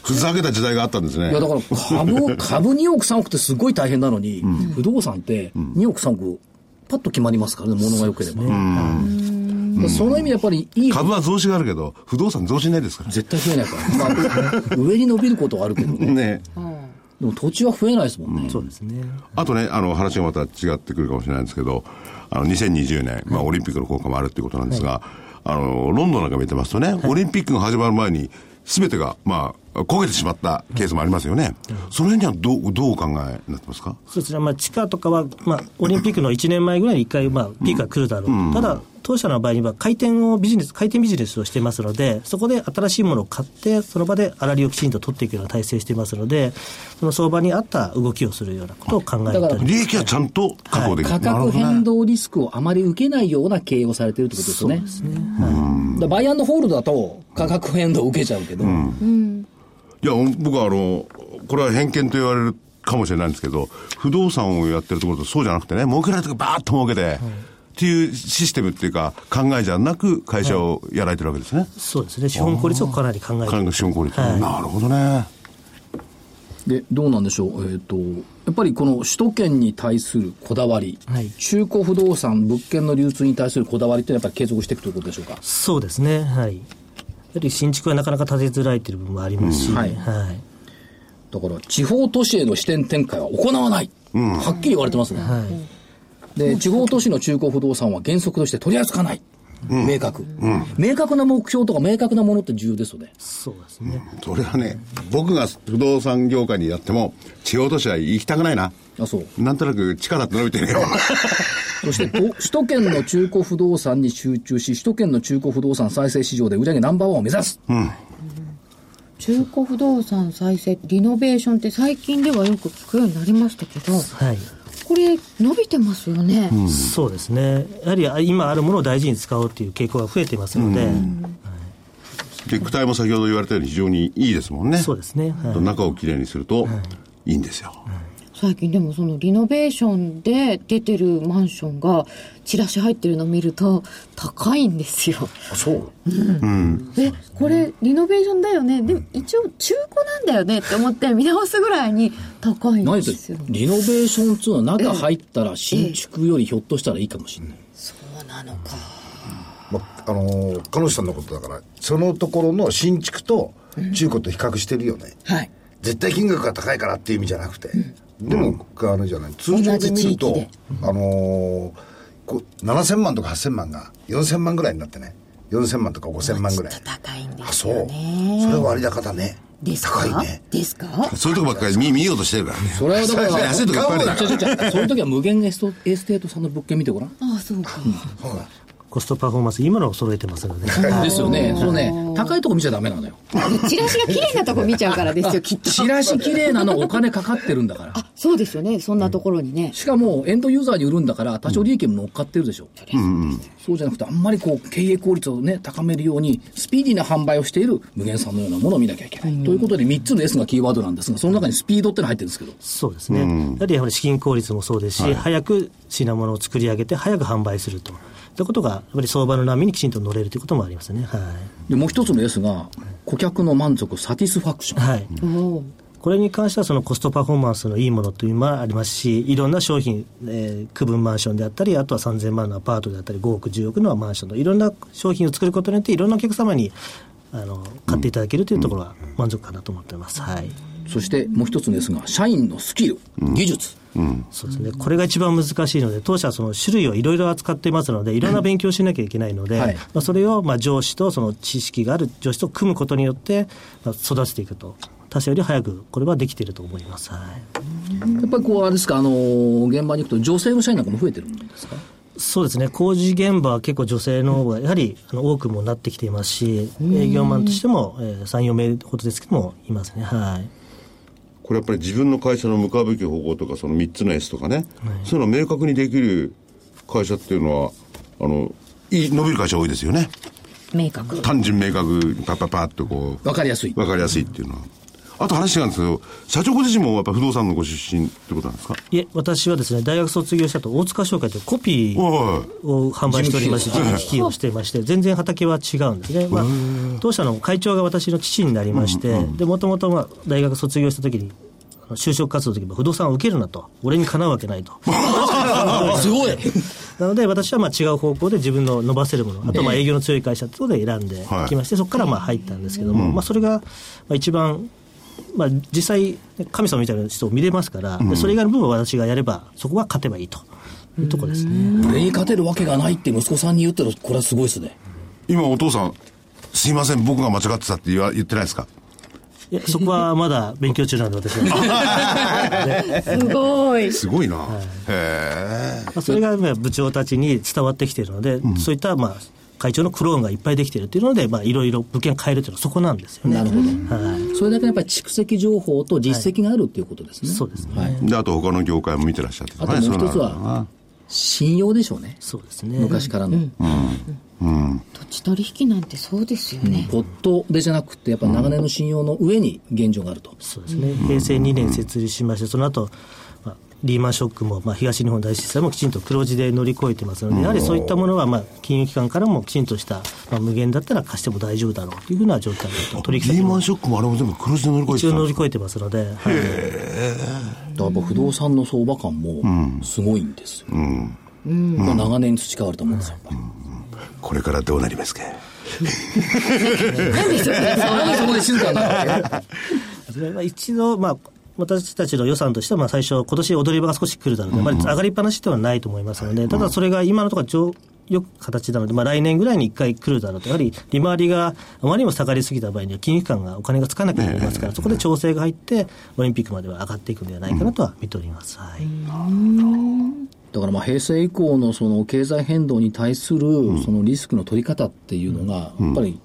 D: ふざけた時代があったんですね
A: いや。だから株を株2億3億ってすごい大変なのに、不動産って2億3億パッと決まりますからね物が良ければそ,、その意味でやっぱりいい
D: 株は増資があるけど、不動産増資ないですから。
A: 絶対増えないから、まあ、上に伸びることはあるけどね
D: ね。
A: でも土地は増えないですもんね、
E: そうですね
D: あとね、あの、話がまた違ってくるかもしれないんですけど、あの、2020年、まあ、オリンピックの効果もあるっていうことなんですが、あの、ロンドンなんか見てますとね、オリンピックが始まる前に、すべてが、まあ、焦げてしまったケースもありますよね。その辺にはどう、どうお考えになってますか
E: そうですね、まあ、地下とかは、まあ、オリンピックの1年前ぐらいに1回、まあ、ピークが来るだろう、ただ、当社の場合には回転をビジネス、回転ビジネスをしてますので、そこで新しいものを買って、その場で粗利をきちんと取っていくような体制してますので、その相場に合った動きをするようなことを考えて
A: だから
E: おり
D: 利益はちゃんと確保できる。
A: 価格変動リスクをあまり受けないような経営をされてるってことですよね
E: ますね。はい
A: だからバイアンドホールドだと価格変動を受けちゃうけど、
D: いや、僕はあの、これは偏見と言われるかもしれないんですけど、不動産をやってるところとそうじゃなくてね、儲けられたとかバーッと儲けて、っていうシステムっていうか、考えじゃなく会社をやられてるわけですね。
E: そうですね、資本効率をかなり考えて
D: 金が資本効率、
E: はい
D: なるほどね。
A: でどうなんでしょう、えー、とやっぱりこの首都圏に対するこだわり、
E: はい
A: 中古不動産、物件の流通に対するこだわりっていうのはやっぱり継続していくということでしょうか。
E: そうですね、はい。やはり新築はなかなか建てづらいという部分もありますし、
A: はい
E: はい
A: だから地方都市への支店展開は行わない、はっきり言われてますね、で地方都市の中古不動産は原則として取り扱わない、明確、明確な目標とか明確なものって重要ですよね
E: そうですね、
D: それはね、僕が不動産業界にやっても、地方都市は行きたくないな。
A: あそう
D: なんとなく力って伸びてる よ。
A: そしてと 首都圏の中古不動産に集中し首都圏の中古不動産再生市場で売り上げナンバーワンを目指す、
B: 中古不動産再生リノベーションって最近ではよく聞くようになりましたけど
E: はい、
B: これ伸びてますよね、
E: そうですね、やはりあ今あるものを大事に使おうという傾向が増えていますので、
D: で、躯体も先ほど言われたように非常にいいですもんね。
E: そうですね、はい
D: 中をきれいにすると、いいんですよ。
B: 最近でもそのリノベーションで出てるマンションがチラシ入ってるの見ると高いんですよ
C: あそう
B: えこれリノベーションだよねでも一応中古なんだよねって思って見直すぐらいに高いん
A: 何
B: で
A: です
B: よ
A: リノベーションっつうのは中入ったら新築よりひょっとしたらいいかもしれない、
B: そうなのか
C: まあのー彼女さんのことだからそのところの新築と中古と比較してるよね、
B: はい
C: 絶対金額が高いからっていう意味じゃなくて、でも、あれじゃない通常で見ると
B: 同じ地域で
C: あのーこう7000万とか8000万が4000万ぐらいになってね4000万とか5000万ぐらい
B: ちょっと高いんで
C: あ
B: す
C: そ
B: よ
C: う
B: ね
C: それは割高だね
B: ですか
C: 高いね
B: ですか
D: そういうとこばっかり見見ようとしてるからね。
A: それはだか
D: そ
A: ら
D: う安いとこいっぱいあるから
A: ちょちょちょそういう時は無限エストエステートさんの物件見てごらん
B: ああそうか
C: そうだ
E: コストパフォーマンス、今のを揃えてますので、
A: ですよね。そうね、高いとこ見ちゃダメなのよ。
B: チラシが綺麗なとこ見ちゃうから ですよきっと
A: チラシ綺麗なのお金かかってるんだから。
B: あそうですよねそんなところにね、
A: しかも、エンドユーザーに売るんだから、多少利益も乗っかってるでしょ。そうじゃなくて、あんまりこう、経営効率をね、高めるように、スピーディーな販売をしている無限さんのようなものを見なきゃいけない。ということで、3つの S がキーワードなんですが、その中にスピードってのが入ってるんですけど。
E: そうですね、やはりやはり資金効率もそうですし、早く品物を作り上げて、早く販売すると。ということが、やっぱり相場の波にきちんと乗れるということもありますね。はい。
A: で、もう一つの S が、顧客の満足、サティスファクション。
E: はい。
B: おー
E: これに関してはそのコストパフォーマンスのいいものというのもありますし、いろんな商品、えー区分マンションであったり、あとは3000万のアパートであったり、5億、10億のマンションのいろんな商品を作ることによって、いろんなお客様にあの買っていただけるというところは満足かなと思ってます。はい。
A: そして、もう一つの S が、社員のスキル、技術。
E: そうですね。これが一番難しいので、当社はその種類をいろいろ扱っていますので、いろんな勉強をしなきゃいけないので、
A: はい
E: まあ、それをまあ上司とその知識がある上司と組むことによって、まあ、育てていくと。他社より早く、これはできていると思います。はい。
A: やっぱりこう、あれですか、あのー現場に行くと、女性の社員なんかも増えてるんですか
E: そうですね工事現場は結構女性の方がやはりあの多くもなってきていますし営業マンとしても、えー、34名ほどですけどもいますねはい
D: これやっぱり自分の会社の向かうべき方向とかその3つの S とかね、そういうのを明確にできる会社っていうのはあのいい伸びる会社多いですよね
B: 明確
D: 単純明確にパッパッパッとこう
A: わかりやすい。
D: 分かりやすいっていうのはあと話違うんですけど社長ご自身もやっぱ不動産のご出身ってことなんですか
E: いえ私はですね大学卒業した後大塚商会というコピー
D: おい
E: を販売しておりまして
A: 事
E: 事務機器をしていまして全然畑は違うんですね、まあ、当社の会長が私の父になりましてでもともとまあ大学卒業した時にあの就職活動の時も不動産を受けるなと俺にかなうわけない と
A: すご い
E: なので私はまあ違う方向で自分の伸ばせるものあとまあ営業の強い会社ってことで選んで
D: はい
E: きまして、そこからまあ入ったんですけども、まあ、それがまあ一番、まあ、実際神様みたいな人を見れますから、でそれ以外の部分は私がやればそこは勝てばいいというところですね。
A: 俺に勝てるわけがないって息子さんに言ったら、これはすごいですね。
D: 今お父さんすいません僕が間違ってたって言わ言ってないですか
E: いやそこはまだ勉強中なんで私は、
B: すごい
D: すごいな、へえ
E: まあ、それがまあ部長たちに伝わってきているので、そういったまあ会長のクローンがいっぱいできているというのでまあいろいろ物件変えるというのはそこなんですよね。
A: なるほど。
E: はい、
A: それだけやっぱり蓄積情報と実績があるっていうことですね。
E: そうですね、
D: であと他の業界も見てらっしゃって
A: あともう
D: そういう
A: 一
D: の
A: つ
D: あるのかな
A: は、信用でしょうね。
E: そうですね
A: 昔からの。
B: 土地取引なんてそうですよね、
A: ポットでじゃなくて、やっぱ長年の信用の上に現状があると。
E: そうですね、平成2年設立しまして、その後、まあリーマンショックも、まあ、東日本大震災もきちんと黒字で乗り越えてますので、やはりそういったものは、まあ、金融機関からもきちんとした、まあ、無限だったら貸しても大丈夫だろうというふうな状態で、取
D: リ
E: 引先
D: ーマ
E: も
D: ンショックもあれも全部黒字で乗り越えて
E: 一応
D: たん
E: 乗
D: で
E: り
D: すか
E: 越えてますので、はい
A: だからやっぱ不動産の相場感もすごいん ですよ。まあ長年培われたものですよ。やっぱり
D: これからどうなりますか
B: なんでしょうね
A: なんでそこで静かになるわけ
E: それは一度、まあ、私たちの予算としては、まあ、最初、今年踊り場が少し来るだろうと、まあ、上がりっぱなしではないと思いますので、ただそれが今のところ上、よく形なので、まあ、来年ぐらいに一回来るだろうと、やはり利回りがあまりにも下がりすぎた場合には、金融機関がお金がつかなくなりますから、そこで調整が入って、オリンピックまでは上がっていくんではないかなとは見ております。はい
A: だからまあ平成以降のその経済変動に対するそのリスクの取り方っていうのが、やっぱり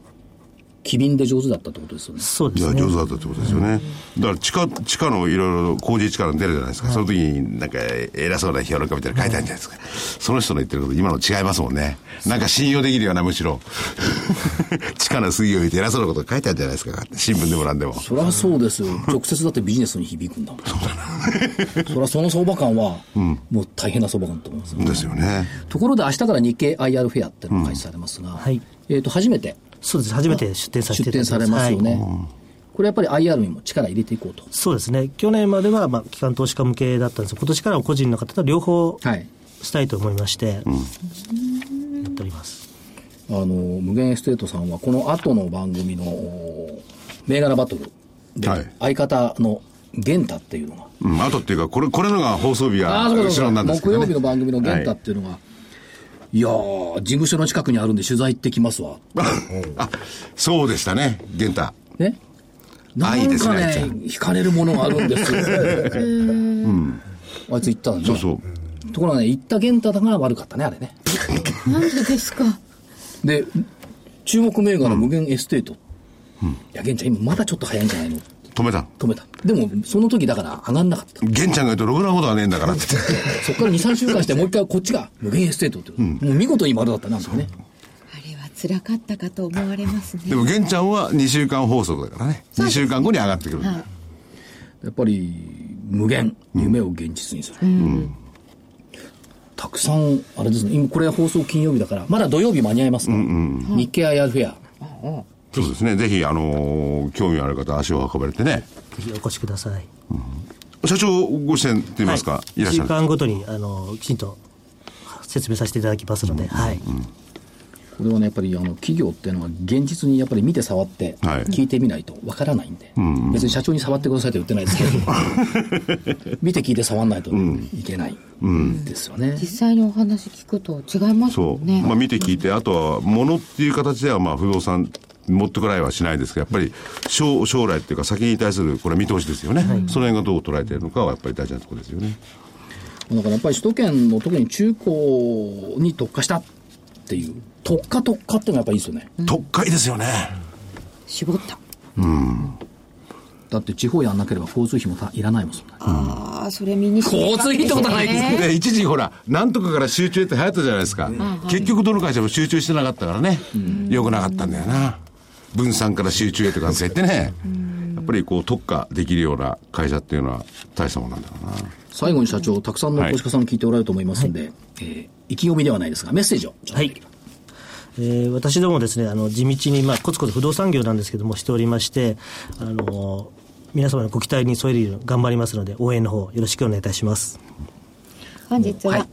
A: 機敏で上手だったってことですよね。
E: そうで
D: じゃ
E: す
D: あ
E: ね
D: 上手だったってことですよね。だから地下、地下のいろいろ工事地下の出るじゃないですか。その時になんか偉そうな評論家みたいなの書いてあるじゃないですか。その人の言ってること今の違いますもんね。なんか信用できるようなむ しろ。地下の水を見て偉そうなこと書いてあるじゃないですか。新聞でもなんでも。
A: そりゃそうですよ。直接だってビジネスに響くんだもん。そうだそりゃその相場感は、もう大変な相場感だと思いますよ。
D: ですよね。
A: ところで明日から日経 IR フェアっていうのが開催されますが、
E: はい
A: えっと、初めて
E: そうです。初めて出展させて
A: 出
E: いただ
A: 展
E: きま
A: さ
E: す
A: れますよね。
E: はい
A: これやっぱり IR にも力入れていこうと。
E: そうですね。去年までは、まあ、機関投資家向けだったんですが、今年からは個人の方と両方
A: はい。
E: したいと思いまして、やっております。
A: あの、無限エステートさんはこの後の番組の、お銘柄バトルで
D: はい、
A: 相方の源太っていうのが、
D: うん、あとっていうか、これ、これのが放送日
A: あ
D: が
A: あ、そうか
D: 後
A: そう
D: ろ
A: か
D: なんですけ
A: 木
D: ど、ね。
A: 曜日の番組の源太
D: は
A: っ
D: い
A: ていうのが、い、やー、事務所の近くにあるんで取材行ってきますわ。
D: あ、そうでしたね、玄太。
A: ね。な
D: あいい
A: ん
D: です
A: か
D: ね
A: ね
D: あいつは、
A: 惹かれるものがあるんです よ。あいつ行ったんだね。
D: そうそう。
A: ところがね、行った源太が悪かったね、あれね。
B: なんでですか
A: で、注目銘柄無限エステート。いや、源ちゃん、今まだちょっと早いんじゃないの
D: 止めた。
A: 止めた。でも、その時だから上がんなかった。
D: 玄ちゃんが言うとろくなことはねえんだからって。
A: そこから2、3週間して、もう一回こっちが無限エステートってこと。もう見事に丸だったな、なんかね。
B: あれは辛かったかと思われますね
D: でも玄ちゃんは2週間放送だからね。2週間後に上がってくる。
B: はい
A: やっぱり、無限。夢を現実にする。たくさん、あれですね、今これ放送金曜日だから、まだ土曜日間に合いますから、日経 IR フェア。
D: そうですね。ぜひ、あのー興味ある方、足を運ばれてね。
E: ぜひお越しください。
D: 社長ご出演と言いますか、、
E: はいい、
D: らっ
E: 1
D: し
E: 週
D: ゃる。
E: 間ごとにあのきちんと説明させていただきますので、はい、
A: これはね、やっぱりあの企業っていうのは現実にやっぱり見て触って、
D: はい
A: 聞いてみないとわからないんで、別に社長に触ってくださいとは言ってないですけど、見て聞いて触らないといけないですよね。
B: 実際にお話聞くと違います
D: そ
B: も
D: う。
B: んね
D: まあ見て聞いて、あとは、物っていう形では、まあ不動産、持ってこらいはしないですけど、やっぱり将将来っていうか先に対する、これ見通しですよね。その辺がどう捉えているのかは、やっぱり大事なところですよね。
A: だからやっぱり首都圏の特に中高に特化したっていう、特化特化っていうのはやっぱりいいですよね。
D: 特会ですよね。
B: 絞った
A: だって地方やんなければ交通費もたいらないもん、そんな
B: ああそれ身に染みたん
A: 交通費ってことはないです
B: ね
D: で一時ほら、なんとかから集中って流行ったじゃないですか。結局どの会社も集中してなかったからね。良くなかったんだよな。分散から集中へとか言ってね。やっぱりこう特化できるような会社っていうのは大したもんなんだろうな。
A: 最後に社長、たくさんの投資家さん聞いておられると思いますんで、えー意気込みではないですが、メッセージを。
E: はいえー私どもですねあの地道に、まあ、コツコツ不動産業なんですけどもしておりましてあの皆様のご期待に添えるように頑張りますので応援の方よろしくお願いいたします
B: 本日は、
A: はい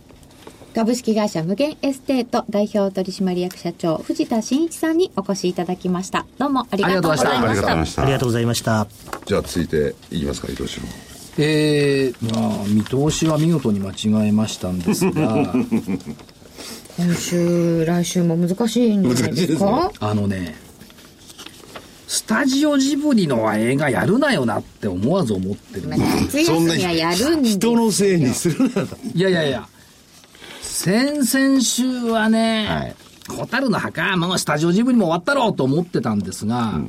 B: 株式会社無限エステート代表取締役社長藤田真一さんにお越しいただきましたどうもありがとうござい
A: あ
B: ま
A: り
B: した
D: ま
E: ありがとうございました
D: じゃあ続いていきますか、伊藤氏の。
A: えー、まあ、見通しは見事に間違えましたんです が、
B: 今週来週も難しいんじゃないですか
A: あのね、スタジオジブリの映画やるなよなって思わず思ってる。
B: まあ夏休みはやるんですよ
D: せいにするなら。
A: いやいやいや、先々週はね、蛍の墓、もうスタジオジブリも終わったろうと思ってたんですが、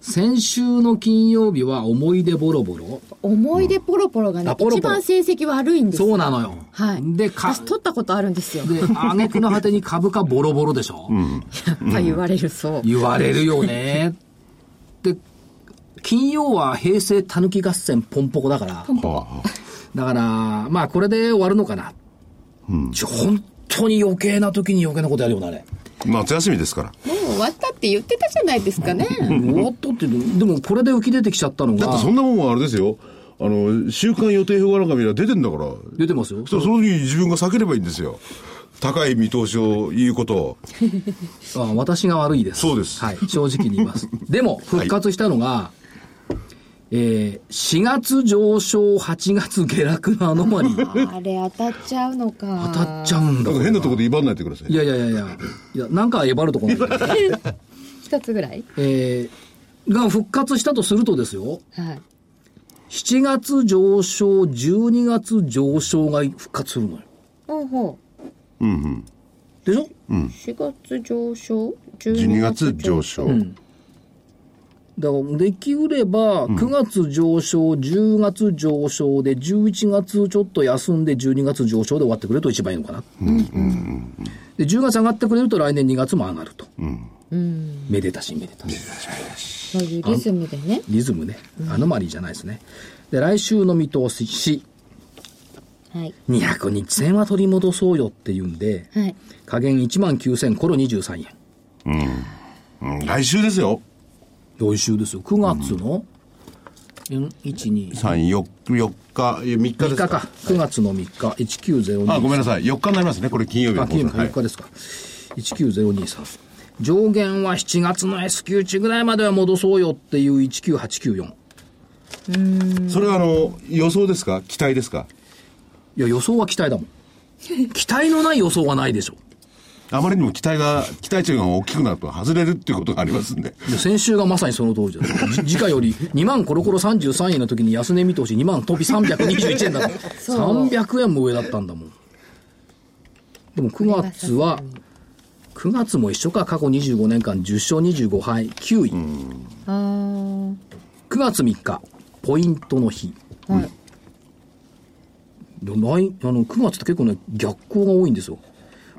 A: 先週の金曜日は思い出ボロボロ。
B: 思い出ポロポロがね
A: あポロポロ
B: 一番成績悪いんです
A: そう
B: よ
A: なのよ。
B: はい
A: で、か
B: 私、取ったことあるんですよ
A: で、挙句の果てに株価ボロボロでし ょ、
B: やっぱ言われるそう
A: 言われるよね。で、金曜は平成たぬき合戦ポンポコだから、
D: は
A: だから、まあこれで終わるのかな。ちょ本当に余計な時に余計なことやるよな、あれ。
D: あ夏休みですから。
B: もう終わったって言ってたじゃないですかね
A: 終わったって、でもこれで浮き出てきちゃったの
D: だって
A: が、
D: そんなもんはあれですよ。あの、週間予定表がなんか見れば出てんだから。
A: 出てますよ。
D: そその時に自分が避ければいいんですよ。高い見通しを言うことを。
A: あ私が悪いです。
D: そうです
A: はい、正直に言い ます。でも、復活したのが、えー、4月上昇、8月下落のアノマリー。
B: あれ当たっちゃうのか
A: 当たっちゃうんだ
D: なん。か変なところで威張んないでください。
A: いやいやいやいや、いやなんかえばるとこない。
B: 一つぐらい
A: えー、が復活したとするとですよ、
B: はい
A: 7月上昇、12月上昇が復活するのよ。
B: ほうほ
D: うんうん。
A: でしょ
B: う4月上昇
D: 12月上昇。
A: だからできうれば9月上昇、10月上昇で11月ちょっと休んで12月上昇で終わってくれると一番いいのかな、で10月上がってくれると来年2月も上がると、めでたしめでたし
B: そういうリズムでね
A: リズムねアノマリーじゃないですねで来週の見通し
B: はい
A: 200日線は取り戻そうよっていうんで
B: はい
A: 加減1万9000コロ23円
D: うん来週ですよ。
A: 来週ですよ9月の、123
D: 3、4、4日、3日で
A: 3
D: す
A: 日
D: か。
A: か9月の3日1902
D: あ、ごめんなさい。4日になりますね。これ金曜日の
A: あ、
D: 放
A: 金
D: 送
A: 曜日
D: はい
A: 4日ですか。19023。上限は7月の S q 値ぐらいまでは戻そうよっていう19894。
D: それはあの、予想ですか期待ですか
A: いや、予想は期待だもん。期待のない予想はないでしょ。
D: あまりにも期待が、期待値が大きくなると外れるっていうことがありますんで。
A: いや先週がまさにその通りじゃないじ次回より2万コロコロ33円の時に安値見通し2万飛び321円だった。
B: そう
A: 300円も上だったんだもん。でも9月は、9月も一緒か、過去25年間10勝25敗、9位。
B: あー
A: 9月3日、ポイントの日。
B: はい
A: で来あの9月って結構ね逆行が多いんですよ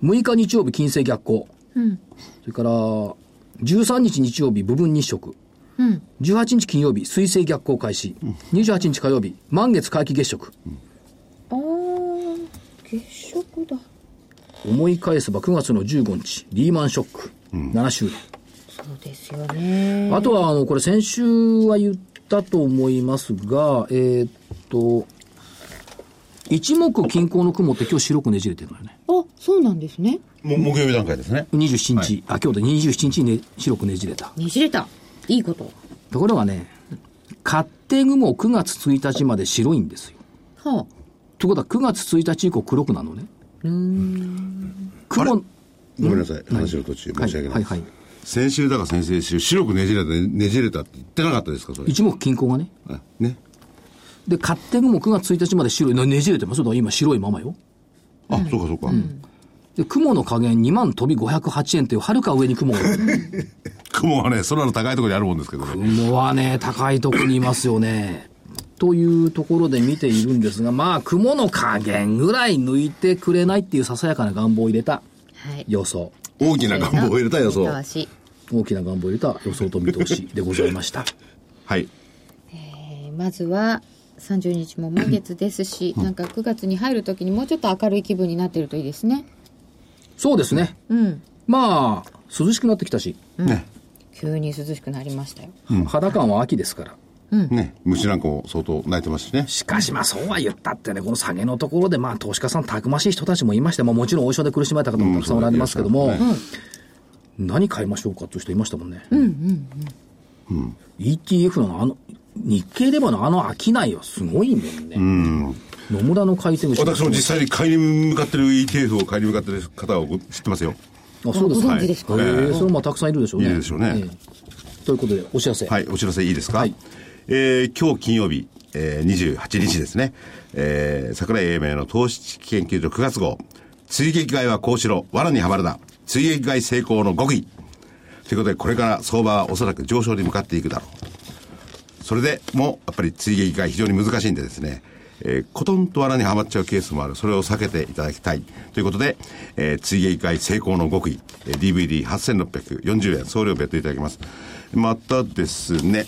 A: 6日日曜日金星逆行
B: うん
A: それから13日日曜日部分日食
B: うん
A: 18日金曜日水星逆行開始、28日火曜日満月皆既月食、
B: あー月食だ
A: 思い返せば9月の15日リーマンショック、7周年
B: そうですよね
A: あとはあのこれ先週は言ったと思いますがえーっと一目均衡の雲って今日白くねじれてるのよね
B: あそうなんですね
D: も木曜日段階ですね。
A: 27日、あ今日で27日に、ね、白くねじれた
B: ねじれたいいこと
A: ところがね勝手雲9月1日まで白いんですよ
B: は
A: ということは9月1日以降黒くなるのね雲
D: ごめんなさい。話の途中申し訳ない。
A: はいはいはい
D: 先週だから先々週、白くねじれた、ねじれたって言ってなかったですかそれ。
A: 一目均衡がね
D: あね。
A: で勝手雲9月1日まで白いのねじれてますよだから今白いままよ
D: あ、そうかそうか。
A: で雲の加減2万飛び508円っていうはるか上に雲がいる
D: 雲はね、空の高いところにあるもんですけどね。
A: 雲はね高いとこにいますよねというところで見ているんですがまあ雲の加減ぐらい抜いてくれないっていうささやかな願望を入れた
B: あはい
A: 予想
D: 大きな願望を入れた予想。
B: 見通し
A: 大きな願望を入れた予想と見通しでございました。
D: はい。
B: えーまずは30日も満月ですし、なんか9月に入るときにもうちょっと明るい気分になってるといいですね。
A: そうですね。
B: うん。
A: まあ、涼しくなってきたし、
D: ね。
B: 急に涼しくなりましたよ。
A: 肌感は秋ですから。
D: ね。虫なんかも相当泣いてますしね。
A: しかしまあそうは言ったってね、この下げのところでまあ投資家さんたくましい人たちもいまして、まあもちろん王将で苦しまれた方もたくさんおられますけども、
D: うんそうで
A: 何買いましょうかっていう人いましたもんね。ETF のあの、日経レバーのあの商いはすごいもんね。野村の回転口。
D: 私も実際に買いに向かってる ETF を買いに向かってる方を知ってますよ。
A: あ、そうです
B: ご
A: か。
B: 存知ですか
A: ええそれもたくさんいるでしょうね。
D: いるでしょうね
A: えということで、お知らせ。
D: はい、お知らせいいですか、えー今日金曜日、えー、28日ですね、えー、桜井英明の投資知識研究所9月号、追撃買いはこうしろ、罠にはまるな、追撃買い成功の極意。ということで、これから相場はおそらく上昇に向かっていくだろう。それでも、やっぱり追撃買い非常に難しいんでですね、えー、コトンと罠にはまっちゃうケースもある。それを避けていただきたい。ということで、えー、追撃会成功の極意、えー、DVD8640 円、送料別途いただきます。またですね、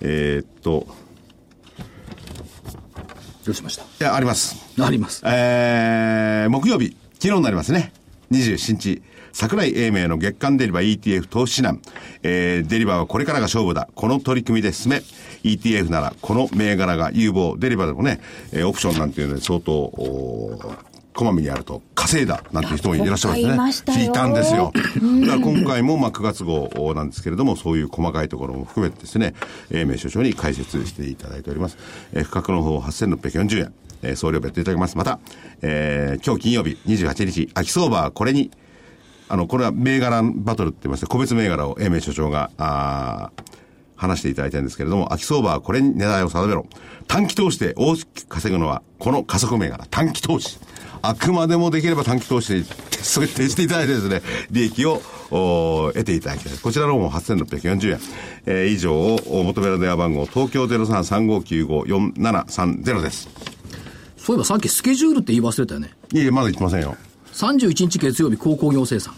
D: えーっと、
A: どうしました
D: いや、あります。
A: あります。
D: えー、木曜日、昨日になりますね。27日、桜井英明の月間デリバー ETF 投資指南。えー、デリバーはこれからが勝負だ。この取り組みで進め。ETF ならこの銘柄が有望。デリバーでもね、えーオプションなんていうので相当、おーこまめにやると稼いだなんていう人もいらっしゃるんですね。
B: わかりましたよ
D: いたんですよ。だから今回もまあ9月号なんですけれども、そういう細かいところも含めてですね、えー、名所長に解説していただいております。えー、価格の方8640円、えー、送料別途いただきます。また、えー、今日金曜日28日、秋相場はこれに、あの、これは銘柄バトルって言いまして、個別銘柄を英明所長が、あー話していただいたんですけれども、秋相場はこれに値段を定めろ。短期投資で大きく稼ぐのは、この加速銘柄、短期投資。あくまでもできれば短期投資に徹底していただいてですね、利益をおー得ていただきたい。こちらの方も8640円。えー以上をお求めの電話番号、東京0335954730です。
A: そういえばさっきスケジュールって言い忘れたよね。
D: いえいえ、まだ言ってませんよ。
A: 31日月曜日、鉱工業生産。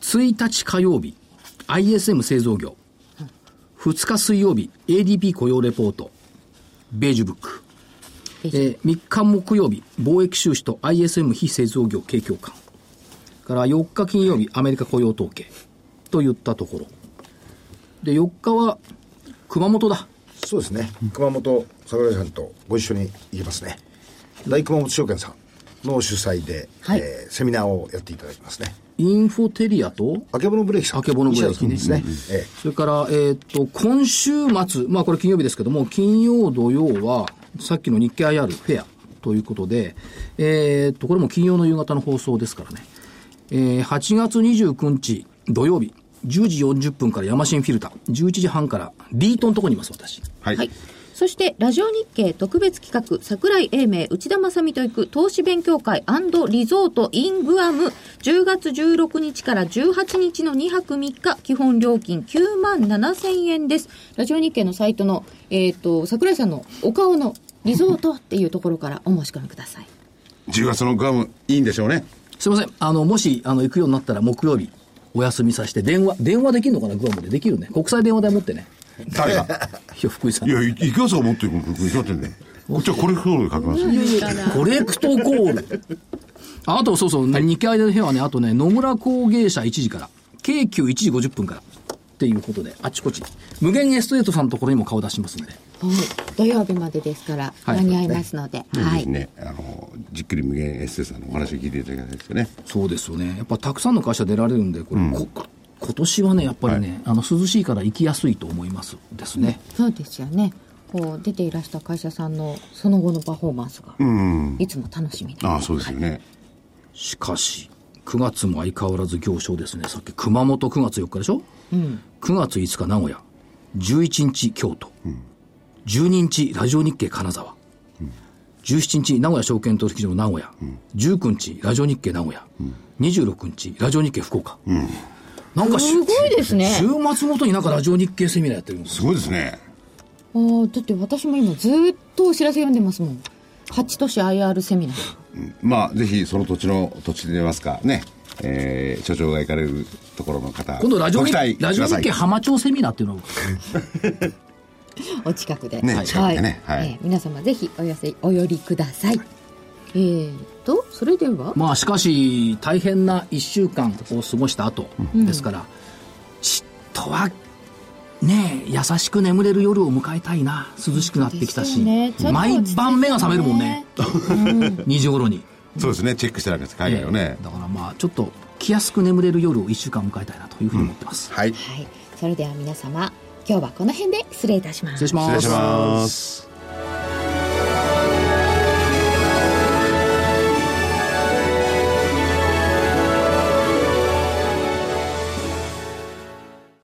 A: 1日火曜日、ISM 製造業。2日水曜日、ADP 雇用レポート。ベージュブック。えー3日木曜日、貿易収支と ISM 非製造業景況感。から4日金曜日、アメリカ雇用統計。といったところ。で、4日は、熊本だ。
C: そうですね熊本桜井さんとご一緒に行きますね大熊本証券さんの主催で、
B: はい
C: えーセミナーをやっていただきますね
A: インフォテリアと、
C: あけぼのブレーキさん
A: あけぼのブレーキね
C: 西田さんですね、ええ
A: それから、えーっと、今週末、まあこれ金曜日ですけども、金曜土曜は、さっきの日経 IR フェアということで、えーっと、これも金曜の夕方の放送ですからね、えー8月29日土曜日、10時40分からヤマシンフィルター、11時半からリートのとこにいます、私。
D: はい。
B: はい。そして、ラジオ日経特別企画、桜井英明、内田正美と行く投資勉強会リゾートイングアム、10月16日から18日の2泊3日、基本料金9万7000円です。ラジオ日経のサイトの、えっ、と、桜井さんのお顔のリゾートっていうところからお申し込みください。
D: 10月のグアム、いいんでしょうね。
A: すいません、あの、もし、あの、行くようになったら木曜日、お休みさせて、電話、電話できるのかな、グアムで。できるね。国際電話台持ってね。
D: 誰が。
A: いや、福井さん
D: い。や、い行きやすさ持ってる、決まってんね。こっちはこれ、これ書きますよ。
A: コレクトコール。あと、そうそう、日経アイドル編はね、あとね、野村工芸社1時から、京急1時50分から、っていうことで、あちこち。無限エストレートさんのところにも顔出しますんで。
B: はい、土曜日までですから、
A: はい
B: 間に合いますので。
D: ぜ
B: は
D: ひ
B: い。
D: ね、あの、じっくり無限エステさんのお話を聞いていただきたいですよね。
A: そうですよね。やっぱたくさんの会社出られるんで、これ、こ今年はね、やっぱりね、あの、涼しいから行きやすいと思いますですね。
B: そうですよね。こう、出ていらした会社さんのその後のパフォーマンスが、いつも楽しみで。
D: ああ、そうですよね。
A: しかし、9月も相変わらず行商ですね。さっき熊本9月4日でしょ、う ?9 月5日名古屋、11日京都、12日ラジオ日経金沢、17日名古屋証券取引所名古屋、19日ラジオ日経名古屋、26日ラジオ日経福岡。なんかし
B: すごいですね
A: 週末ごとになんかラジオ日経セミナーやってるんです
D: すごいですね。
B: ああ、だって私も今ずっとお知らせ読んでますもん。八都市 IR セミナ ー。
D: うんまあ、ぜひその土地の土地でますか、ね、えー、所長が行かれるところの方、
A: 今度ラジオ
D: ご
A: 日
D: 期待
A: 経、ラジオ日
D: く
A: 経
D: ださ
A: 浜町セミナーっていうのを
B: お近くで。
D: ね
B: はい
D: 近くでねは
B: えー
D: い
B: 皆様ぜひお寄せ、お寄りください。えーと、それでは、
A: まあしかし大変な1週間を過ごした後ですから、ちっとはねえ優しく眠れる夜を迎えたいな涼しくなってきたし、
B: ですよね
A: 毎晩目が覚めるもんね、2時頃に、
D: いそうですね、チェックしてなかった海外をね
A: ええ、だからまあちょっと気安く眠れる夜を1週間迎えたいなというふうに思ってます、
D: はい、
B: はい。それでは皆様、今日はこの辺で失礼いたしま
A: 失
B: す
A: 礼します
D: 失礼します。